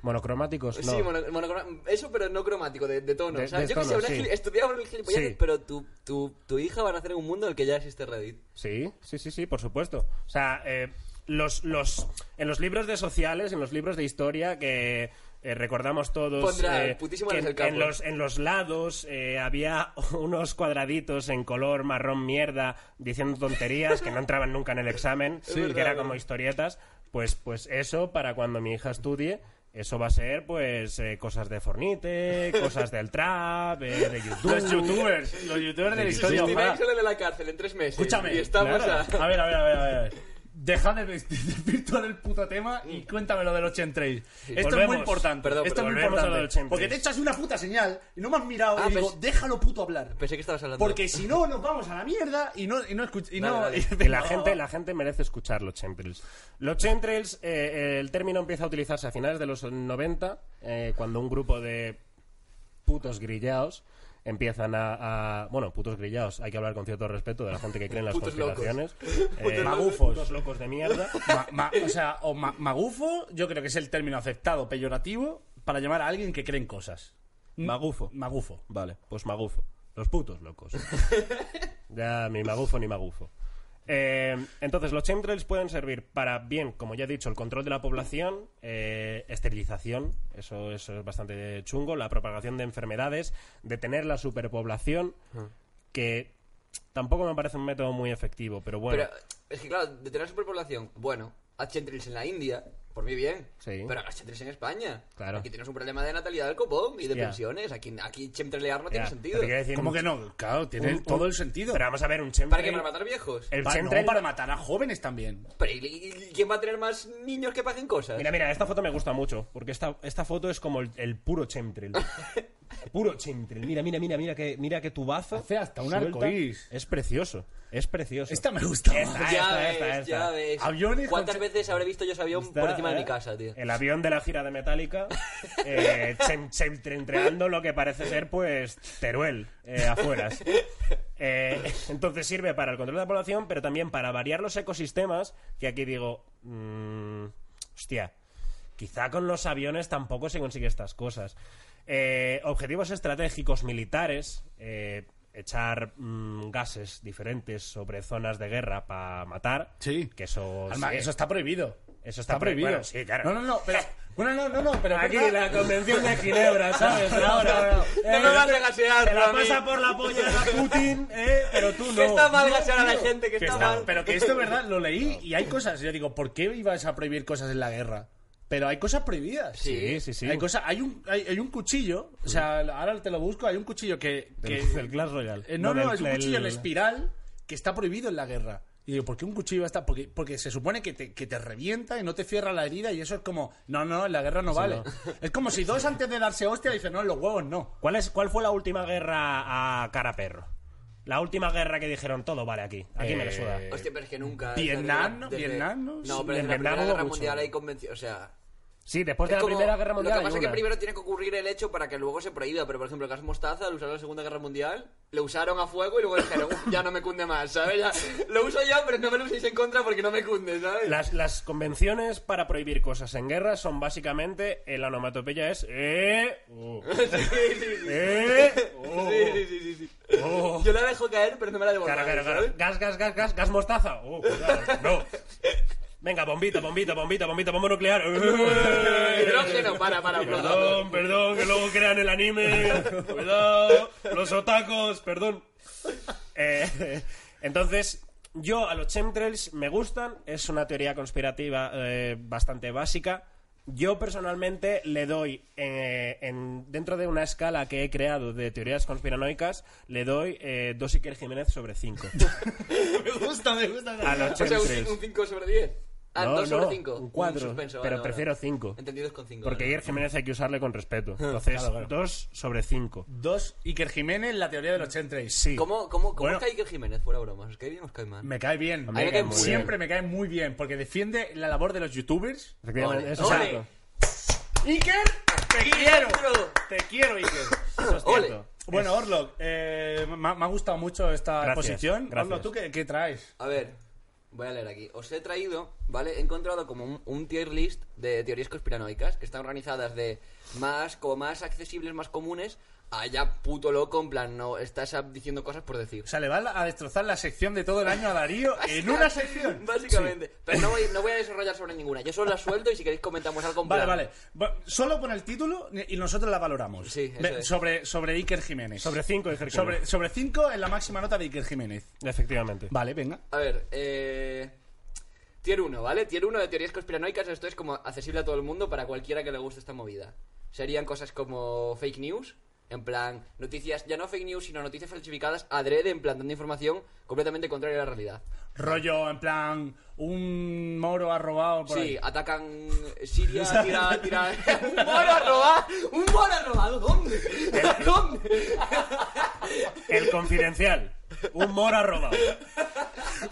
Speaker 2: Monocromáticos, no.
Speaker 3: Sí, mono- monocroma- eso, pero no cromático, de, de tono.
Speaker 2: De-
Speaker 3: o sea,
Speaker 2: de
Speaker 3: yo que sé,
Speaker 2: tono,
Speaker 3: habrá
Speaker 2: sí.
Speaker 3: gili- estudiábamos el gilipollas,
Speaker 2: Sí.
Speaker 3: pero tu, tu, tu hija va a nacer en un mundo en el que ya existe Reddit.
Speaker 2: Sí, sí, sí, sí, por supuesto. O sea, eh, los, los, en los libros de sociales, en los libros de historia que eh, recordamos todos,
Speaker 3: Pondrá,
Speaker 2: eh,
Speaker 3: putísimo
Speaker 2: que
Speaker 3: eres
Speaker 2: en,
Speaker 3: el capo.
Speaker 2: en los, en los lados eh, había unos cuadraditos en color marrón mierda diciendo tonterías que no entraban nunca en el examen, que
Speaker 3: verdad,
Speaker 2: era
Speaker 3: ¿no?
Speaker 2: como historietas. Pues, pues eso, para cuando mi hija estudie, eso va a ser pues eh, cosas de Fornite, cosas del trap, eh, de YouTube.
Speaker 1: los youtubers, los youtubers de la historia.
Speaker 3: Steve
Speaker 1: ojalá.
Speaker 3: Banks sale de la cárcel en tres meses.
Speaker 1: Escúchame.
Speaker 3: Y estamos
Speaker 1: claro.
Speaker 3: a...
Speaker 1: a... ver, a ver, a ver, a ver, a ver. Deja de vestir de virtual el puto tema y cuéntame lo del 83. Esto es
Speaker 2: Volvemos.
Speaker 1: muy importante.
Speaker 3: Perdón,
Speaker 1: esto
Speaker 3: pero
Speaker 1: es muy
Speaker 2: volvemos a lo del
Speaker 1: importante.
Speaker 2: 83.
Speaker 1: Porque te echas una puta señal y no me has mirado
Speaker 3: Ah,
Speaker 1: y digo,
Speaker 3: pues-
Speaker 1: déjalo puto hablar.
Speaker 3: Pensé que estabas hablando.
Speaker 1: Porque si no, nos vamos a la mierda y no, y no escuch- y
Speaker 3: Vale,
Speaker 1: no-
Speaker 3: vale.
Speaker 1: y-
Speaker 2: Y la gente, la gente merece escuchar los chemtrails. Los chemtrails, eh, el término empieza a utilizarse a finales de los 90, eh, cuando un grupo de putos grillados empiezan a, a- Bueno, putos grillados, hay que hablar con cierto respeto de la gente que cree en las
Speaker 3: Putos locos.
Speaker 2: conspiraciones. Eh,
Speaker 1: Putos
Speaker 2: magufos.
Speaker 1: locos.
Speaker 2: Putos locos de mierda.
Speaker 1: Ma- ma- o sea, o ma- magufo, yo creo que es el término aceptado, peyorativo, para llamar a alguien que cree en cosas.
Speaker 2: Magufo.
Speaker 1: Magufo.
Speaker 2: Vale, pues magufo. Los putos locos. ya, ni magufo ni magufo. Eh, entonces, los chemtrails pueden servir para, bien, como ya he dicho, el control de la población, eh, esterilización, eso, eso es bastante chungo, la propagación de enfermedades, detener la superpoblación,
Speaker 1: Ah.
Speaker 2: que tampoco me parece un método muy efectivo, pero bueno.
Speaker 3: Pero es que claro, de tener superpoblación, bueno, a Chentrils en la India, por mí bien.
Speaker 2: Sí.
Speaker 3: Pero a Chentrils en España.
Speaker 2: Claro.
Speaker 3: Aquí tienes un problema de natalidad del copón y de
Speaker 2: Hostia.
Speaker 3: pensiones. Aquí, aquí chemtrelear no
Speaker 2: ya,
Speaker 3: tiene
Speaker 2: pero
Speaker 3: sentido.
Speaker 2: quiero decir,
Speaker 1: ¿Cómo
Speaker 2: un-
Speaker 1: que no? Claro, tiene
Speaker 2: un-
Speaker 1: todo
Speaker 2: un-
Speaker 1: el sentido.
Speaker 2: Pero vamos a ver, un chemtrail...
Speaker 3: ¿Para qué? ¿Para matar viejos?
Speaker 2: El
Speaker 1: Pa- no,
Speaker 2: chemtrail-
Speaker 1: para matar a jóvenes también.
Speaker 3: Pero, ¿y, y- y quién va a tener más niños que paguen cosas?
Speaker 2: Mira, mira, esta foto me gusta mucho, porque esta, esta foto es como el, el puro chemtrail. puro chemtrail. Mira, mira, mira, mira que, mira que tubazo.
Speaker 1: Hace hasta un arcoíris.
Speaker 2: Es precioso, es precioso.
Speaker 1: Esta me gusta.
Speaker 2: Esta,
Speaker 1: más.
Speaker 3: ya
Speaker 2: esta,
Speaker 3: ves,
Speaker 2: esta, esta.
Speaker 3: ya ves.
Speaker 1: Aviones con
Speaker 3: ¿Cuántas
Speaker 1: che-
Speaker 3: veces habré visto yo ese avión
Speaker 2: Está,
Speaker 3: por encima de
Speaker 2: ¿eh?
Speaker 3: mi casa, tío?
Speaker 2: El avión de la gira de Metallica, eh, chem- chemtrailando lo que parece ser, pues, Teruel, eh, afueras. Eh, entonces sirve para el control de la población, pero también para variar los ecosistemas, que aquí digo, mm, hostia, quizá con los aviones tampoco se consigue estas cosas. Eh, objetivos estratégicos militares, eh, echar mm, gases diferentes sobre zonas de guerra para matar,
Speaker 1: Sí.
Speaker 2: que eso...
Speaker 1: Alma,
Speaker 2: sí.
Speaker 1: Eso está prohibido.
Speaker 2: Eso está,
Speaker 1: prohibido.
Speaker 2: bueno, sí, claro.
Speaker 1: No, no, no, pero. Bueno, no, no, no, pero.
Speaker 4: Aquí
Speaker 1: ¿verdad?
Speaker 4: la convención de Ginebra, ¿sabes? Ahora.
Speaker 3: No me vas a gasear,
Speaker 2: Te la
Speaker 3: Rami.
Speaker 2: pasa por la polla a Putin,
Speaker 1: Eh, pero tú no.
Speaker 3: Que está mal gasear a la gente, que,
Speaker 1: Que
Speaker 3: está,
Speaker 1: está-
Speaker 3: mal.
Speaker 1: pero que esto es verdad, lo leí y hay cosas. Yo digo, ¿por qué ibas a prohibir cosas en la guerra? Pero hay cosas prohibidas.
Speaker 3: Sí,
Speaker 2: sí, sí.
Speaker 1: Hay, cosas, hay, un, hay, hay un cuchillo, o sea, ahora te lo busco, hay un cuchillo que... que-
Speaker 2: Del- del Clash Royale.
Speaker 1: Eh, no,
Speaker 2: No,
Speaker 1: no,
Speaker 2: del-
Speaker 1: es un cuchillo en
Speaker 2: del-
Speaker 1: espiral que está prohibido en la guerra. Y digo, ¿por qué un cuchillo está? Porque, porque se supone que te, que te revienta y no te cierra la herida y eso es como, no, no, en la guerra no vale. Es como si dos antes de darse hostia dicen, no, en los huevos no.
Speaker 2: ¿Cuál, es, ¿Cuál fue la última guerra a cara perro? La última guerra que dijeron todo, vale, aquí. Aquí me la suda.
Speaker 1: Eh,
Speaker 3: Hostia, pero es que nunca.
Speaker 1: Vietnam,
Speaker 3: desde- desde-
Speaker 1: Vietnam, ¿no?
Speaker 3: No,
Speaker 1: Sí,
Speaker 3: pero en
Speaker 2: en
Speaker 3: la
Speaker 2: Vietnam
Speaker 3: Primera
Speaker 2: hubo
Speaker 3: Guerra
Speaker 2: mucho.
Speaker 3: Mundial hay convención. O sea.
Speaker 2: Sí, después
Speaker 3: es
Speaker 2: de la
Speaker 3: como-
Speaker 2: Primera Guerra Mundial.
Speaker 3: Lo que pasa
Speaker 2: hay
Speaker 3: es que
Speaker 2: una.
Speaker 3: primero tiene que ocurrir el hecho para que luego se prohíba. Pero por ejemplo, el gas mostaza lo usaron en la Segunda Guerra Mundial, lo usaron a fuego y luego dijeron, "Uf, ya no me cunde más, ¿sabes? Ya, lo uso ya, pero no me lo uséis en contra porque no me cunde, ¿sabes?
Speaker 2: Las, las convenciones para prohibir cosas en guerra son básicamente. eh, La onomatopeya es. Eh, oh,
Speaker 3: Sí, sí, sí.
Speaker 2: eh, oh.
Speaker 3: Sí, sí, sí, sí, sí. Yo la dejo caer, pero no me la devuelvo.
Speaker 2: Claro, claro, claro. Gas, gas, gas, gas, gas mostaza. Oh, cuidado. No. Venga, bombita, bombita, bombita, bombita, bomba nuclear. Eh.
Speaker 3: Hidrógeno, para, para, para.
Speaker 2: Perdón, perdón, que luego crean el anime. Cuidado, los otacos, perdón. Eh, entonces, yo a los chemtrails me gustan, es una teoría conspirativa eh, bastante básica. Yo personalmente le doy, eh, en- dentro de una escala que he creado de teorías conspiranoicas, le doy eh, dos Iker Jiménez sobre cinco.
Speaker 1: me gusta, me gusta.
Speaker 2: A los
Speaker 3: O sea, un
Speaker 2: chemtrails.
Speaker 3: cin- un 5 sobre 10. Ah,
Speaker 2: No,
Speaker 3: 2
Speaker 2: no,
Speaker 3: sobre 5.
Speaker 2: un cuatro, pero prefiero cinco.
Speaker 3: Entendí 2,5.
Speaker 2: Porque
Speaker 3: vale.
Speaker 2: Iker Jiménez hay que usarle con respeto. Entonces,
Speaker 1: Claro, claro.
Speaker 2: dos sobre cinco.
Speaker 1: Dos, Iker Jiménez, la teoría de los chemtrails.
Speaker 2: Sí.
Speaker 3: ¿Cómo, cómo, cómo
Speaker 1: Bueno.
Speaker 3: es que Iker Jiménez? Fuera bromas. ¿Es que bien o es que hay mal?
Speaker 1: Me cae bien.
Speaker 2: A mí me
Speaker 3: cae muy
Speaker 1: Siempre me cae muy bien porque defiende la labor de los youtubers.
Speaker 2: Efectivamente,
Speaker 3: Ole,
Speaker 2: eso es
Speaker 3: ole.
Speaker 2: cierto.
Speaker 1: Iker, te quiero.
Speaker 3: Pero-
Speaker 1: Te quiero, Iker.
Speaker 2: Eso es
Speaker 3: Ole.
Speaker 2: cierto.
Speaker 1: Bueno, Orlok, eh, me, ha- me ha gustado mucho esta
Speaker 2: Gracias,
Speaker 1: exposición.
Speaker 2: gracias.
Speaker 1: Orlok, ¿tú qué, qué traes?
Speaker 3: A ver, voy a leer aquí. Os he traído, ¿vale? He encontrado como un, un tier list de teorías conspiranoicas que están organizadas de más, como más accesibles, más comunes, a ya puto loco, en plan, no, estás ab- diciendo cosas por decir.
Speaker 1: O sea, le va a destrozar la sección de todo el año a Darío en una sección.
Speaker 3: Básicamente. Pero no voy, no voy a desarrollar sobre ninguna. Yo solo la suelto y si queréis comentamos algo en
Speaker 1: Vale,
Speaker 3: plan.
Speaker 1: vale. Va- Solo pon el título y nosotros la valoramos.
Speaker 3: Sí, eso
Speaker 1: Ve-
Speaker 3: es.
Speaker 1: sobre, sobre Iker Jiménez.
Speaker 2: Sobre cinco Iker Jiménez.
Speaker 1: sobre, sobre cinco en la máxima nota de Iker Jiménez.
Speaker 2: Efectivamente.
Speaker 1: Vale, venga.
Speaker 3: A ver, eh... Tier 1, ¿vale? Tier 1 de teorías conspiranoicas, esto es como accesible a todo el mundo para cualquiera que le guste esta movida. Serían cosas como fake news, en plan, noticias, ya no fake news, sino noticias falsificadas adrede, en plan, dando información completamente contraria a la realidad.
Speaker 1: Rollo, en plan, un moro ha robado por
Speaker 3: Sí,
Speaker 1: ahí.
Speaker 3: atacan Siria, tira, tira... ¡Un moro ha robado! ¡Un moro ha robado! ¿Dónde?
Speaker 1: Eh,
Speaker 3: ¿Dónde?
Speaker 2: El confidencial. Un mora robado.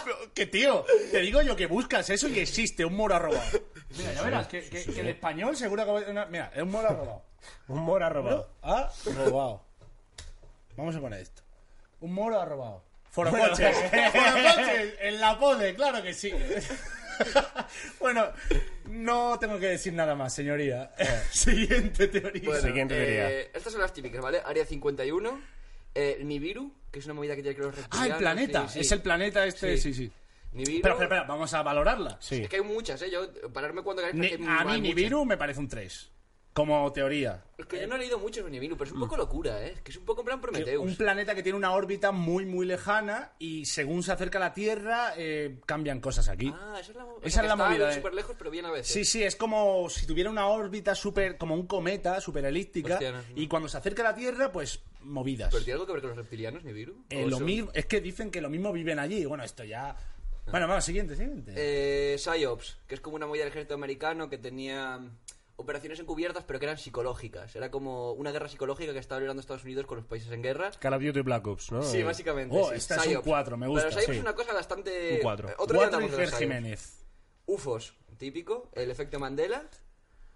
Speaker 1: Pero, Que tío, te digo yo que buscas eso y existe un moro ha robado. Mira, ya verás, que, que- que el español seguro que... va a tener una- Mira, es un moro ha robado.
Speaker 2: Un mora robado.
Speaker 1: Moro ha robado. Vamos a poner esto. Un moro ha robado. Foro coches. en la pode, claro que sí. bueno, no tengo que decir nada más, señoría. Siguiente teoría.
Speaker 3: Bueno,
Speaker 2: Siguiente
Speaker 3: eh,
Speaker 2: teoría.
Speaker 3: estas son las típicas, ¿vale? Área 51, eh, Nibiru, que es una movida que ya creo los
Speaker 1: Ah, el
Speaker 3: reptilianos,
Speaker 1: planeta.
Speaker 3: sí, sí.
Speaker 1: Es el planeta este, sí,
Speaker 3: Sí.
Speaker 1: sí.
Speaker 3: Nibiru.
Speaker 1: Pero, espera, espera, vamos a valorarla.
Speaker 2: Sí.
Speaker 3: Es que hay muchas, ¿eh? Yo, pararme cuando queráis,
Speaker 1: Ni-
Speaker 3: porque hay muy-
Speaker 1: a
Speaker 3: hay
Speaker 1: mí
Speaker 3: muchas.
Speaker 1: Nibiru me parece un 3. Como teoría.
Speaker 3: Es que yo no he leído mucho sobre Nibiru, pero es un poco locura, ¿eh? Es que es un poco en plan Prometheus.
Speaker 1: Mm. Un planeta que tiene una órbita muy, muy lejana y según se acerca a la Tierra eh, cambian cosas aquí.
Speaker 3: Ah, esa es la, o sea,
Speaker 1: Esa es
Speaker 3: que
Speaker 1: la
Speaker 3: está
Speaker 1: movida, eh.
Speaker 3: súper lejos, pero bien a veces.
Speaker 1: Sí, sí, es como si tuviera una órbita súper, como un cometa, súper elíptica.
Speaker 3: Hostia, no, no.
Speaker 1: Y cuando se acerca a la Tierra, pues movidas.
Speaker 3: ¿Pero tiene algo que ver con los reptilianos, Nibiru?
Speaker 1: Eh,
Speaker 3: ¿O
Speaker 1: lo
Speaker 3: eso?
Speaker 1: mismo, es que dicen que lo mismo viven allí. Bueno, esto ya. Bueno, vamos, siguiente, siguiente.
Speaker 3: Eh, PSYOPs, que es como una movida del ejército americano que tenía mm, operaciones encubiertas, pero que eran psicológicas. Era como una guerra psicológica que estaba librando Estados Unidos con los países en guerra.
Speaker 2: Call of Duty Black Ops, ¿no? Eh,
Speaker 3: Sí, básicamente.
Speaker 1: Oh,
Speaker 3: sí.
Speaker 1: esta es un
Speaker 3: Psyops.
Speaker 1: cuatro, me gusta,
Speaker 3: Pero Psyops
Speaker 2: sí.
Speaker 3: es una cosa bastante.
Speaker 2: Un cuatro.
Speaker 3: Eh, Otro día
Speaker 1: Cuatro y
Speaker 3: hablamos de los
Speaker 1: Ger
Speaker 3: Psyops.
Speaker 1: Jiménez.
Speaker 3: UFOs, típico. El efecto Mandela.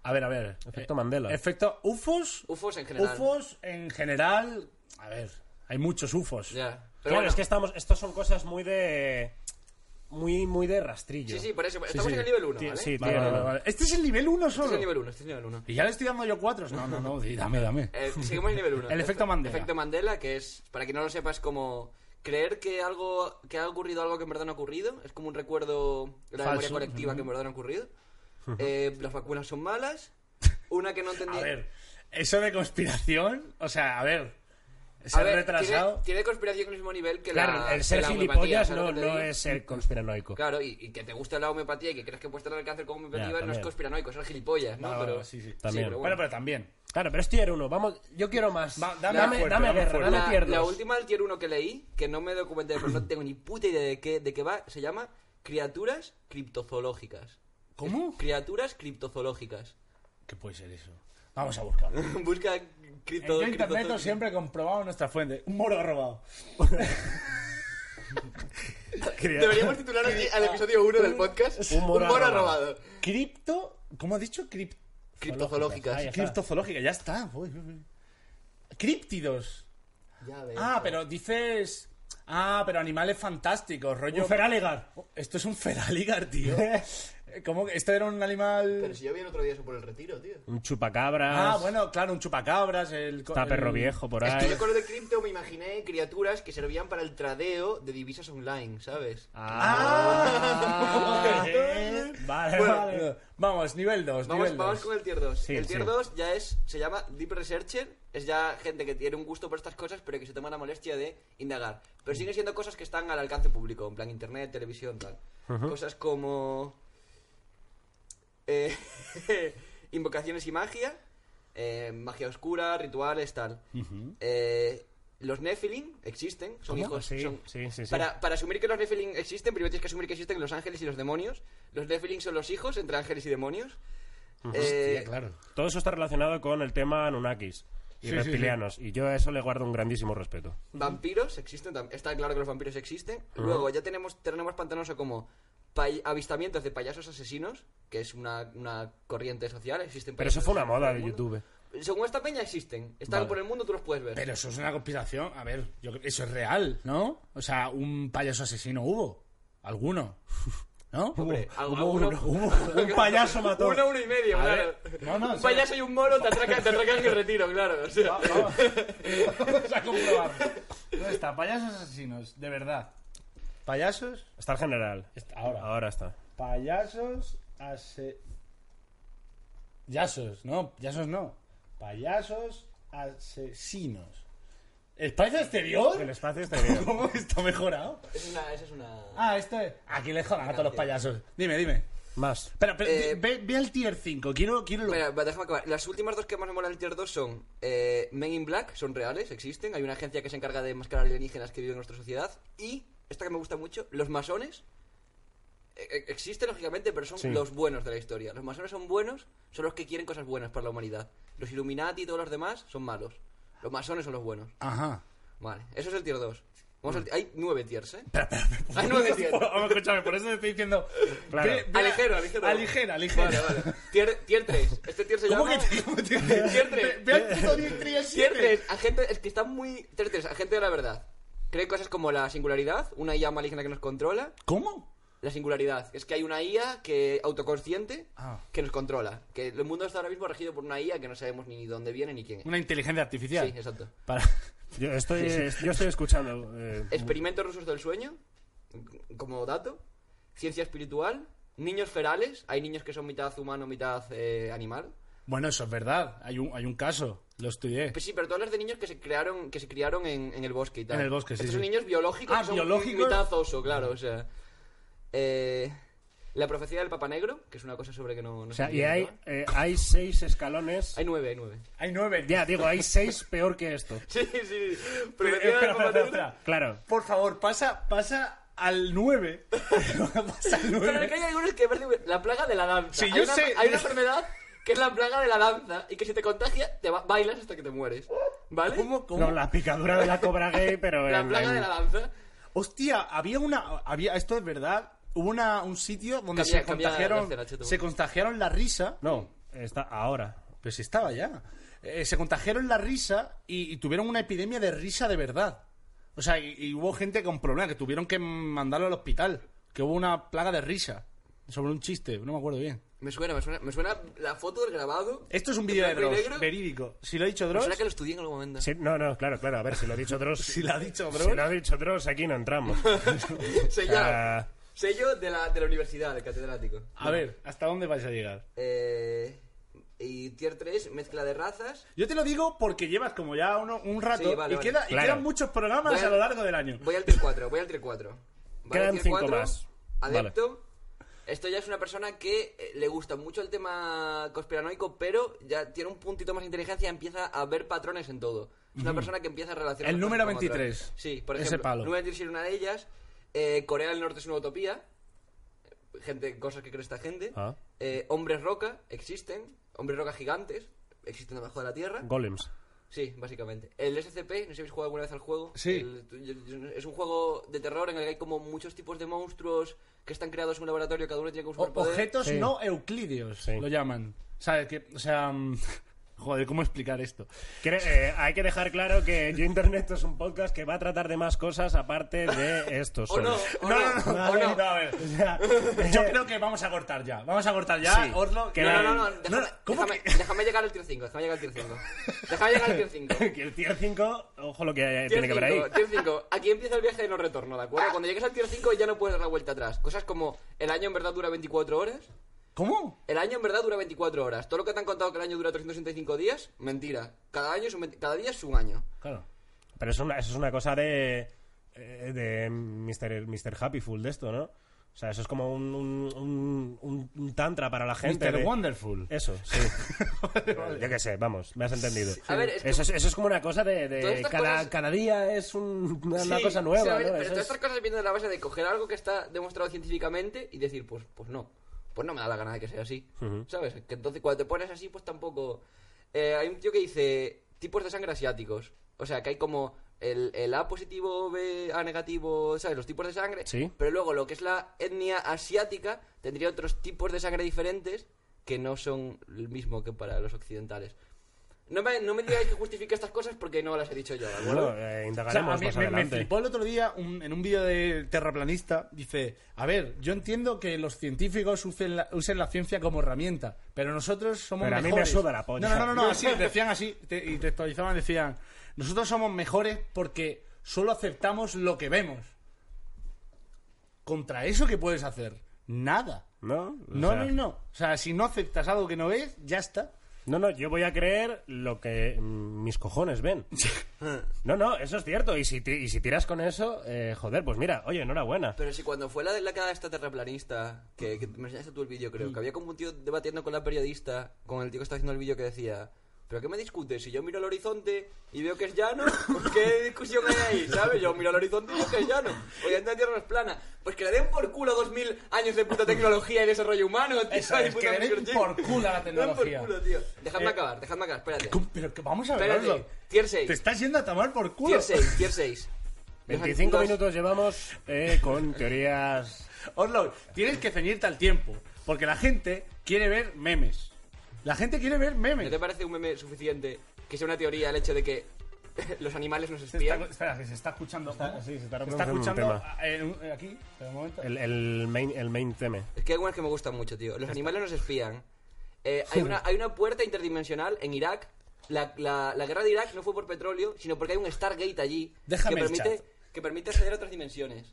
Speaker 1: A ver, a ver. Eh,
Speaker 2: Efecto Mandela.
Speaker 1: Efecto UFOs.
Speaker 3: UFOs en general.
Speaker 1: UFOs en general. A ver, hay muchos UFOs.
Speaker 3: Ya. Pero
Speaker 2: Claro,
Speaker 3: bueno.
Speaker 2: es que estamos. Estos son cosas muy de. Muy, muy de rastrillo.
Speaker 3: Sí, sí, por eso. Estamos en el nivel 1,
Speaker 2: Ti-
Speaker 3: ¿vale?
Speaker 2: Sí,
Speaker 3: Este
Speaker 1: Vale,
Speaker 2: tiene-
Speaker 1: vale, vale, vale. Este es el nivel 1 solo.
Speaker 3: es el nivel 1, este es el nivel 1.
Speaker 1: Y ya le estoy dando yo 4. No, no, no, di- dame, dame.
Speaker 3: Eh, seguimos en nivel 1.
Speaker 1: El efecto Mandela.
Speaker 3: efecto Mandela, que es, para quien no lo sepa, es como creer que algo que ha ocurrido algo que en verdad no ha ocurrido. Es como un recuerdo de la memoria
Speaker 1: Falso,
Speaker 3: colectiva que en verdad no ha ocurrido. eh, las vacunas son malas, una que no entendí...
Speaker 1: A ver, eso de conspiración, o sea, a ver,
Speaker 3: A
Speaker 1: ser
Speaker 3: ver,
Speaker 1: retrasado.
Speaker 3: Tiene, tiene conspiración al mismo nivel que la.
Speaker 2: Claro, el
Speaker 3: que
Speaker 2: ser
Speaker 3: la
Speaker 2: gilipollas
Speaker 3: homeopatía,
Speaker 2: no,
Speaker 3: ¿sabes lo que te
Speaker 2: no
Speaker 3: digo?
Speaker 2: es ser conspiranoico.
Speaker 3: Claro, y, y que te gusta la homeopatía y que crees que puedes tratar el cáncer con homeopatía
Speaker 2: Ya,
Speaker 3: no es
Speaker 2: también.
Speaker 3: conspiranoico, es ser gilipollas, ¿no?
Speaker 1: Ah,
Speaker 3: pero,
Speaker 1: bueno, sí, sí.
Speaker 2: También.
Speaker 3: pero
Speaker 1: Bueno,
Speaker 3: bueno.
Speaker 1: pero también.
Speaker 2: Claro, pero es tier 1. Vamos, yo quiero más.
Speaker 1: Va, dame
Speaker 2: dame
Speaker 1: fuerte,
Speaker 2: dame
Speaker 1: dame
Speaker 2: guerra,
Speaker 1: fuerte.
Speaker 2: dame tier
Speaker 3: la, la
Speaker 2: 2.
Speaker 3: última del tier 1 que leí, que no me documenté, pero no tengo ni puta idea de qué, de qué va, se llama Criaturas Criptozoológicas.
Speaker 1: ¿Cómo?
Speaker 3: Criaturas criptozoológicas.
Speaker 1: ¿Qué puede ser eso? Vamos a buscarlo.
Speaker 3: Busca
Speaker 1: En
Speaker 3: cripto,
Speaker 1: yo internet
Speaker 3: criptozoológicas.
Speaker 1: siempre he comprobado nuestra fuente. Un moro ha robado.
Speaker 3: Deberíamos titular aquí al episodio 1 del podcast
Speaker 2: Un moro
Speaker 3: moro
Speaker 2: robado.
Speaker 3: robado.
Speaker 1: Cripto. ¿Cómo ha dicho? Cripto.
Speaker 3: Criptozoológicas.
Speaker 2: Ahí está.
Speaker 1: Criptozoológica, ya está. Uy, uy, uy. Críptidos.
Speaker 3: Ya ves.
Speaker 1: Ah, pero dices. Ah, pero animales fantásticos, rollo.
Speaker 2: Un Feraligar.
Speaker 1: Esto es un Feraligar, tío. ¿Cómo que esto era un animal.?
Speaker 3: Pero si yo vi el otro día eso por el retiro, tío.
Speaker 2: Un chupacabras.
Speaker 1: Ah, bueno, claro, un chupacabras, el. co-
Speaker 2: Está perro
Speaker 1: el-
Speaker 2: viejo por
Speaker 3: Es que
Speaker 2: ahí.
Speaker 3: yo con lo de cripto me imaginé criaturas que servían para el tradeo de divisas online, ¿sabes?
Speaker 2: Ah. Vale,
Speaker 1: Bueno,
Speaker 2: vale.
Speaker 1: Vamos, nivel 2.
Speaker 3: Vamos,
Speaker 1: Nivel
Speaker 3: vamos
Speaker 1: dos.
Speaker 3: con el tier 2.
Speaker 2: Sí,
Speaker 3: el tier
Speaker 2: sí.
Speaker 3: 2 ya es, se llama Deep Researcher. Es ya gente que tiene un gusto por estas cosas, pero que se toma la molestia de indagar. Pero siguen siendo cosas que están al alcance público, en plan internet, televisión, tal. Cosas como. eh, invocaciones y magia, eh, magia oscura, rituales, tal. Eh, los Nephilim existen, son
Speaker 2: ¿Cómo?
Speaker 3: hijos.
Speaker 2: Sí,
Speaker 3: son-
Speaker 2: sí, sí, sí.
Speaker 3: Para, para asumir que los Nephilim existen, primero tienes que asumir que existen los ángeles y los demonios. Los Nephilim son los hijos entre ángeles y demonios. Eh,
Speaker 1: Claro.
Speaker 2: Todo eso está relacionado con el tema Anunnakis y
Speaker 1: Sí, sí,
Speaker 2: reptilianos. Y yo a eso le guardo un grandísimo respeto.
Speaker 3: Vampiros existen, tam- está claro que los vampiros existen. Luego ya tenemos terrenos pantanoso como pay- avistamientos de payasos asesinos, que es una, una corriente social. Existen
Speaker 2: Pero eso
Speaker 3: payasos
Speaker 2: fue una
Speaker 3: asesinos
Speaker 2: moda
Speaker 3: por el
Speaker 2: de
Speaker 3: mundo.
Speaker 2: YouTube.
Speaker 3: Según esta peña existen, están
Speaker 2: Vale.
Speaker 3: por el mundo, tú los puedes ver.
Speaker 1: Pero eso es una conspiración. A ver, yo creo- eso es real, ¿no? O sea, un payaso asesino hubo. Alguno. ¿No?
Speaker 3: Hombre,
Speaker 1: Hubo-
Speaker 3: a- a
Speaker 1: hubo
Speaker 3: uno-
Speaker 1: uno. Hubo- un payaso mató.
Speaker 3: Uno, uno y medio,
Speaker 1: A
Speaker 3: claro.
Speaker 1: ver, no, no,
Speaker 3: un
Speaker 1: sí.
Speaker 3: payaso y un moro te atracan, te atracan en el retiro, claro. o sea.
Speaker 1: Vamos a comprobar. ¿Dónde está? Payasos asesinos, de verdad. Payasos.
Speaker 2: Está el general.
Speaker 1: Está- ahora.
Speaker 2: Ahora está.
Speaker 1: Payasos ase... Yasos, no, yasos no. Payasos asesinos. ¿Espacio exterior?
Speaker 2: El espacio exterior.
Speaker 1: ¿Cómo está mejorado?
Speaker 3: Es una- esa es una...
Speaker 1: Ah, esto es. Aquí le jodan a todos los payasos. Dime, dime.
Speaker 2: Más.
Speaker 1: Espera, espera,
Speaker 3: Eh,
Speaker 1: ve, ve al tier 5. Quiero, quiero lo-
Speaker 3: Espera, va, déjame acabar. Las últimas dos que más me molan del tier 2 son eh, Men in Black, son reales, existen. Hay una agencia que se encarga de mascarar alienígenas que viven en nuestra sociedad. Y, esta que me gusta mucho, los masones. Eh, eh, existen, lógicamente, pero son
Speaker 2: Sí.
Speaker 3: los buenos de la historia. Los masones son buenos, son los que quieren cosas buenas para la humanidad. Los Illuminati y todos los demás son malos. Los masones son los buenos.
Speaker 1: Ajá.
Speaker 3: Vale, eso es el tier 2. Vamos al- Hay nueve tiers, ¿eh?
Speaker 1: Espera, espera, espera.
Speaker 3: Hay nueve tiers.
Speaker 1: Vamos, escúchame, por eso te estoy diciendo.
Speaker 2: Claro.
Speaker 3: Aligero, aligero.
Speaker 1: Aligera, aligera.
Speaker 3: Vale, vale. Tier, tier 3. Este tier se
Speaker 1: ¿Cómo
Speaker 3: llama...
Speaker 1: que te- cómo te-
Speaker 3: Tier
Speaker 1: Ve,
Speaker 3: tres.
Speaker 1: ve al puto tier 3.
Speaker 3: Tier 3, agente, es que está muy. Tier 3, agente de la verdad. Cree cosas como la singularidad, una IA maligna que nos controla.
Speaker 1: ¿Cómo?
Speaker 3: La singularidad es que hay una IA que autoconsciente
Speaker 1: Ah.
Speaker 3: que nos controla. Que el mundo está ahora mismo regido por una IA que no sabemos ni dónde viene ni quién es.
Speaker 1: Una inteligencia artificial.
Speaker 3: Sí, exacto.
Speaker 1: Para...
Speaker 2: Yo estoy, yo estoy escuchando. eh,
Speaker 3: Experimentos rusos del sueño, como dato. Ciencia espiritual. Niños ferales, hay niños que son mitad humano, mitad eh, animal.
Speaker 1: Bueno, eso es verdad. Hay un, hay un caso. Lo estudié.
Speaker 3: Pues sí, pero tú hablas de niños que se crearon, que se criaron en, en el bosque y tal.
Speaker 1: En el bosque, sí,
Speaker 3: Estos
Speaker 1: sí.
Speaker 3: son niños biológicos.
Speaker 1: Ah,
Speaker 3: que son
Speaker 1: biológicos.
Speaker 3: Mitad oso, claro, o sea. Eh, la profecía del Papa Negro, que es una cosa sobre que no... no
Speaker 2: o sea,
Speaker 3: se
Speaker 2: y
Speaker 3: entiende,
Speaker 2: hay,
Speaker 3: ¿no?
Speaker 2: eh, hay seis escalones.
Speaker 3: Hay nueve, hay nueve.
Speaker 1: Hay nueve.
Speaker 2: Ya, digo, hay seis peor que esto.
Speaker 3: Sí, sí, sí.
Speaker 1: Pero,
Speaker 3: Profecía del
Speaker 1: espera,
Speaker 3: Papa
Speaker 1: espera,
Speaker 3: Negro.
Speaker 1: espera.
Speaker 2: Claro.
Speaker 1: Por favor, pasa, pasa al 9. pasa al
Speaker 3: Pero lo que
Speaker 1: 9.
Speaker 3: hay algunos que parecen la plaga de la danza.
Speaker 1: Sí,
Speaker 3: hay,
Speaker 1: yo
Speaker 3: una,
Speaker 1: sé.
Speaker 3: hay una enfermedad que es la plaga de la danza y que si te contagia, te ba- bailas hasta que te mueres. ¿Vale?
Speaker 1: ¿Cómo, cómo?
Speaker 2: Con la picadura de la cobra gay, pero.
Speaker 3: La
Speaker 2: en-
Speaker 3: plaga
Speaker 2: en-
Speaker 3: de la danza.
Speaker 1: Hostia, había una. Había, esto es verdad. Hubo una, un sitio donde
Speaker 3: Cambia-
Speaker 1: se
Speaker 3: cambia la
Speaker 1: contagiaron.
Speaker 3: escena, cheto.
Speaker 1: se contagiaron la risa.
Speaker 2: No, está ahora.
Speaker 1: Pero si estaba ya. Eh, se contagiaron la risa y, y tuvieron una epidemia de risa de verdad. O sea, y, y hubo gente con problemas que tuvieron que mandarlo al hospital. Que hubo una plaga de risa. Sobre un chiste, no me acuerdo bien.
Speaker 3: Me suena, me suena, me suena la foto del grabado.
Speaker 1: Esto es un vídeo de
Speaker 3: blanco y
Speaker 1: Dross,
Speaker 3: negro. Pues
Speaker 1: verídico. Si lo ha dicho
Speaker 3: Me
Speaker 1: Dross,
Speaker 3: suena que lo estudié en algún momento.
Speaker 2: Sí, no, no, claro, claro. A ver, si lo ha dicho Dross.
Speaker 1: si lo ha dicho
Speaker 2: Si
Speaker 1: Dross,
Speaker 2: lo ha dicho Dross, aquí no entramos.
Speaker 3: Señor.
Speaker 2: Ah,
Speaker 3: Sello de la, de la universidad, del catedrático.
Speaker 1: A ver, ¿hasta dónde vais a llegar?
Speaker 3: Eh, y tier 3, mezcla de razas.
Speaker 1: Yo te lo digo porque llevas como ya uno, un rato
Speaker 3: Sí, vale,
Speaker 1: y,
Speaker 3: vale.
Speaker 1: queda- y
Speaker 2: Claro.
Speaker 1: quedan muchos programas
Speaker 3: Voy
Speaker 1: a
Speaker 3: al-
Speaker 1: lo largo del año.
Speaker 3: Voy al tier 4, voy al tier 4.
Speaker 2: Quedan
Speaker 3: tier
Speaker 2: cinco más.
Speaker 3: Adepto. Esto ya es una persona que eh, le gusta mucho el tema conspiranoico, pero ya tiene un puntito más de inteligencia, empieza a ver patrones en todo. Es una persona que empieza a relacionar.
Speaker 1: El
Speaker 3: las
Speaker 1: número
Speaker 3: cosas con otras.
Speaker 1: 23.
Speaker 3: Sí, por
Speaker 1: Ese
Speaker 3: ejemplo.
Speaker 1: palo.
Speaker 3: Número 23 es una de ellas. Eh, Corea del Norte es una utopía. Gente, cosas que cree esta gente.
Speaker 2: Ah.
Speaker 3: Eh, hombres roca existen. Hombres roca gigantes existen debajo de la tierra.
Speaker 2: Golems.
Speaker 3: Sí, básicamente. El SCP, no sé si habéis jugado alguna vez al juego.
Speaker 1: Sí.
Speaker 3: El- tú- yo- yo- es un juego de terror en el que hay como muchos tipos de monstruos que están creados en un laboratorio, cada uno tiene como un
Speaker 1: O-
Speaker 3: superpoder.
Speaker 1: objetos
Speaker 2: Sí.
Speaker 1: no euclidios,
Speaker 2: Sí.
Speaker 1: lo llaman. ¿Sabes? Que, o sea, mm, joder, ¿cómo explicar esto?
Speaker 2: Quiere- eh, hay que dejar claro que Yo Internet es un podcast que va a tratar de más cosas aparte de estos.
Speaker 3: O no,
Speaker 2: solos.
Speaker 3: o
Speaker 1: No, no,
Speaker 3: no,
Speaker 1: no,
Speaker 3: o no.
Speaker 1: no, a ver. Yo creo que vamos a cortar ya. Vamos a cortar ya.
Speaker 2: Sí.
Speaker 1: Orlo,
Speaker 2: Que
Speaker 1: no,
Speaker 3: No,
Speaker 2: la-
Speaker 3: no, no,
Speaker 1: no,
Speaker 3: déjame,
Speaker 1: no, ¿cómo
Speaker 3: déjame-
Speaker 1: que-
Speaker 3: déjame llegar al tier 5, déjame llegar al tier 5. Déjame llegar al tier 5.
Speaker 2: Que el tier 5, ojo lo que hay- tiene que ver ahí.
Speaker 3: 5, tier 5. Aquí empieza el viaje de no retorno, ¿de acuerdo? Cuando llegues al tier 5 ya no puedes dar la vuelta atrás. Cosas como el año en verdad dura 24 horas.
Speaker 1: ¿Cómo?
Speaker 3: El año en verdad dura 24 horas. Todo lo que te han contado que el año dura 365 días, mentira. Cada, año es un veinti- cada día es un año.
Speaker 1: Claro.
Speaker 2: Pero eso, es una- eso es una cosa de. eh, de Mr. Mr. Happyful de esto, ¿no? O sea, eso es como un, un, un- un- un tantra para la gente.
Speaker 1: Mr.
Speaker 2: de-
Speaker 1: Wonderful.
Speaker 2: Eso, sí. Yo qué sé, vamos, me has entendido.
Speaker 3: A ver, es que-
Speaker 2: eso, es, eso es como una cosa de. de
Speaker 3: Todas estas
Speaker 2: cada,
Speaker 3: cosas-
Speaker 2: cada día es un- una, una
Speaker 1: Sí,
Speaker 2: cosa
Speaker 3: Sí, a
Speaker 2: nueva,
Speaker 3: ver,
Speaker 2: ¿no?
Speaker 3: pero
Speaker 2: Eso
Speaker 3: todas
Speaker 2: es-
Speaker 3: estas cosas vienen de la base de coger algo que está demostrado científicamente y decir, pues, pues no, pues no me da la gana de que sea así. ¿Sabes? Que entonces cuando te pones así, pues tampoco. Eh, hay un tío que dice tipos de sangre asiáticos. O sea, que hay como el, el A positivo, B A negativo, ¿sabes? Los tipos de sangre.
Speaker 2: Sí.
Speaker 3: Pero luego lo que es la etnia asiática tendría otros tipos de sangre diferentes que no son el mismo que para los occidentales. No me, no me digáis que justifique estas cosas porque no las he dicho yo, ¿de acuerdo?
Speaker 2: Bueno, eh,
Speaker 1: O sea,
Speaker 2: indagaremos
Speaker 1: a mí
Speaker 2: más
Speaker 1: me, me
Speaker 2: adelante.
Speaker 1: flipó el otro día un- en un vídeo de terraplanista. Dice: A ver, yo entiendo que los científicos usen la, usen la ciencia como herramienta, pero nosotros somos
Speaker 2: Pero a mí me
Speaker 1: mejores.
Speaker 2: suda la polla.
Speaker 1: No, no, no, no, así, decían así te- y textualizaban: decían, nosotros somos mejores porque solo aceptamos lo que vemos. ¿Contra eso qué puedes hacer? Nada.
Speaker 2: ¿No? O
Speaker 1: No,
Speaker 2: sea-
Speaker 1: no, no. O sea, si no aceptas algo que no ves, ya está.
Speaker 2: No, no, yo voy a creer lo que mm, mis cojones ven. No, no, eso es cierto. Y si, ti- y si tiras con eso, eh, joder, pues mira, oye, enhorabuena.
Speaker 3: Pero si cuando fue la de la queda de esta terraplanista, que, que me enseñaste tú el vídeo,
Speaker 1: Mm.
Speaker 3: creo, que había como un tío debatiendo con la periodista, con el tío que está haciendo el vídeo, que decía, ¿pero qué me discutes? Si yo miro el horizonte y veo que es llano, pues ¿qué discusión hay ahí? ¿Sabes? Yo miro el horizonte y veo que es llano. Hoy en día la Tierra no es plana. Pues que le den por culo dos mil años de puta tecnología y desarrollo humano, tío.
Speaker 1: Eso
Speaker 3: y
Speaker 1: es,
Speaker 3: puta
Speaker 1: que le den
Speaker 3: microchip.
Speaker 1: por culo a la
Speaker 3: Le den por
Speaker 1: tecnología. Eh,
Speaker 3: culo, tío. Dejadme acabar, dejadme acabar, espérate.
Speaker 1: ¿Cómo? Pero que vamos a
Speaker 3: Espérate,
Speaker 1: verlo.
Speaker 3: tier
Speaker 1: Te
Speaker 3: 6.
Speaker 1: estás yendo a tomar por culo.
Speaker 3: Tier 6, tier 6.
Speaker 2: 25 minutos llevamos eh, con teorías...
Speaker 1: Orlov, tienes que ceñirte al tiempo, porque la gente quiere ver memes. La gente quiere ver
Speaker 3: ¿No
Speaker 1: memes.
Speaker 3: te parece un meme suficiente que sea una teoría el hecho de que los animales nos
Speaker 1: Se está-
Speaker 3: espían?
Speaker 1: espera, que se está escuchando.
Speaker 2: sí, se está
Speaker 1: se está
Speaker 2: reproduciendo un
Speaker 1: escuchando
Speaker 2: tema.
Speaker 1: a- en un- eh, aquí, espera un momento.
Speaker 2: El, el main, el main tema.
Speaker 3: Es que hay algunas que me gustan mucho, tío. Los animales nos espían. Eh, hay, una, hay una puerta interdimensional en Irak. La, la- la guerra de Irak no fue por petróleo, sino porque hay un Stargate allí
Speaker 1: Déjame
Speaker 3: que,
Speaker 1: el
Speaker 3: permite,
Speaker 1: chat.
Speaker 3: que permite acceder a otras dimensiones.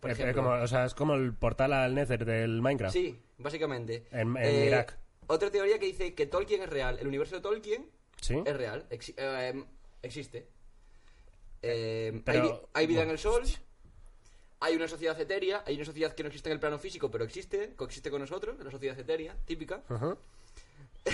Speaker 3: Por
Speaker 2: Eh, eh,
Speaker 3: ejemplo.
Speaker 2: como, o sea, es como el portal al Nether del Minecraft.
Speaker 3: Sí, básicamente. Eh,
Speaker 2: En- en Irak.
Speaker 3: Otra teoría que dice que Tolkien es real. El universo de Tolkien
Speaker 2: ¿Sí?
Speaker 3: es real. Exi- eh, existe. Eh, hay
Speaker 2: pero-
Speaker 3: vi- hay, vida en el sol. Hay una sociedad etérea. Hay una sociedad que no existe en el plano físico, pero existe. Coexiste con nosotros. La sociedad etérea, típica.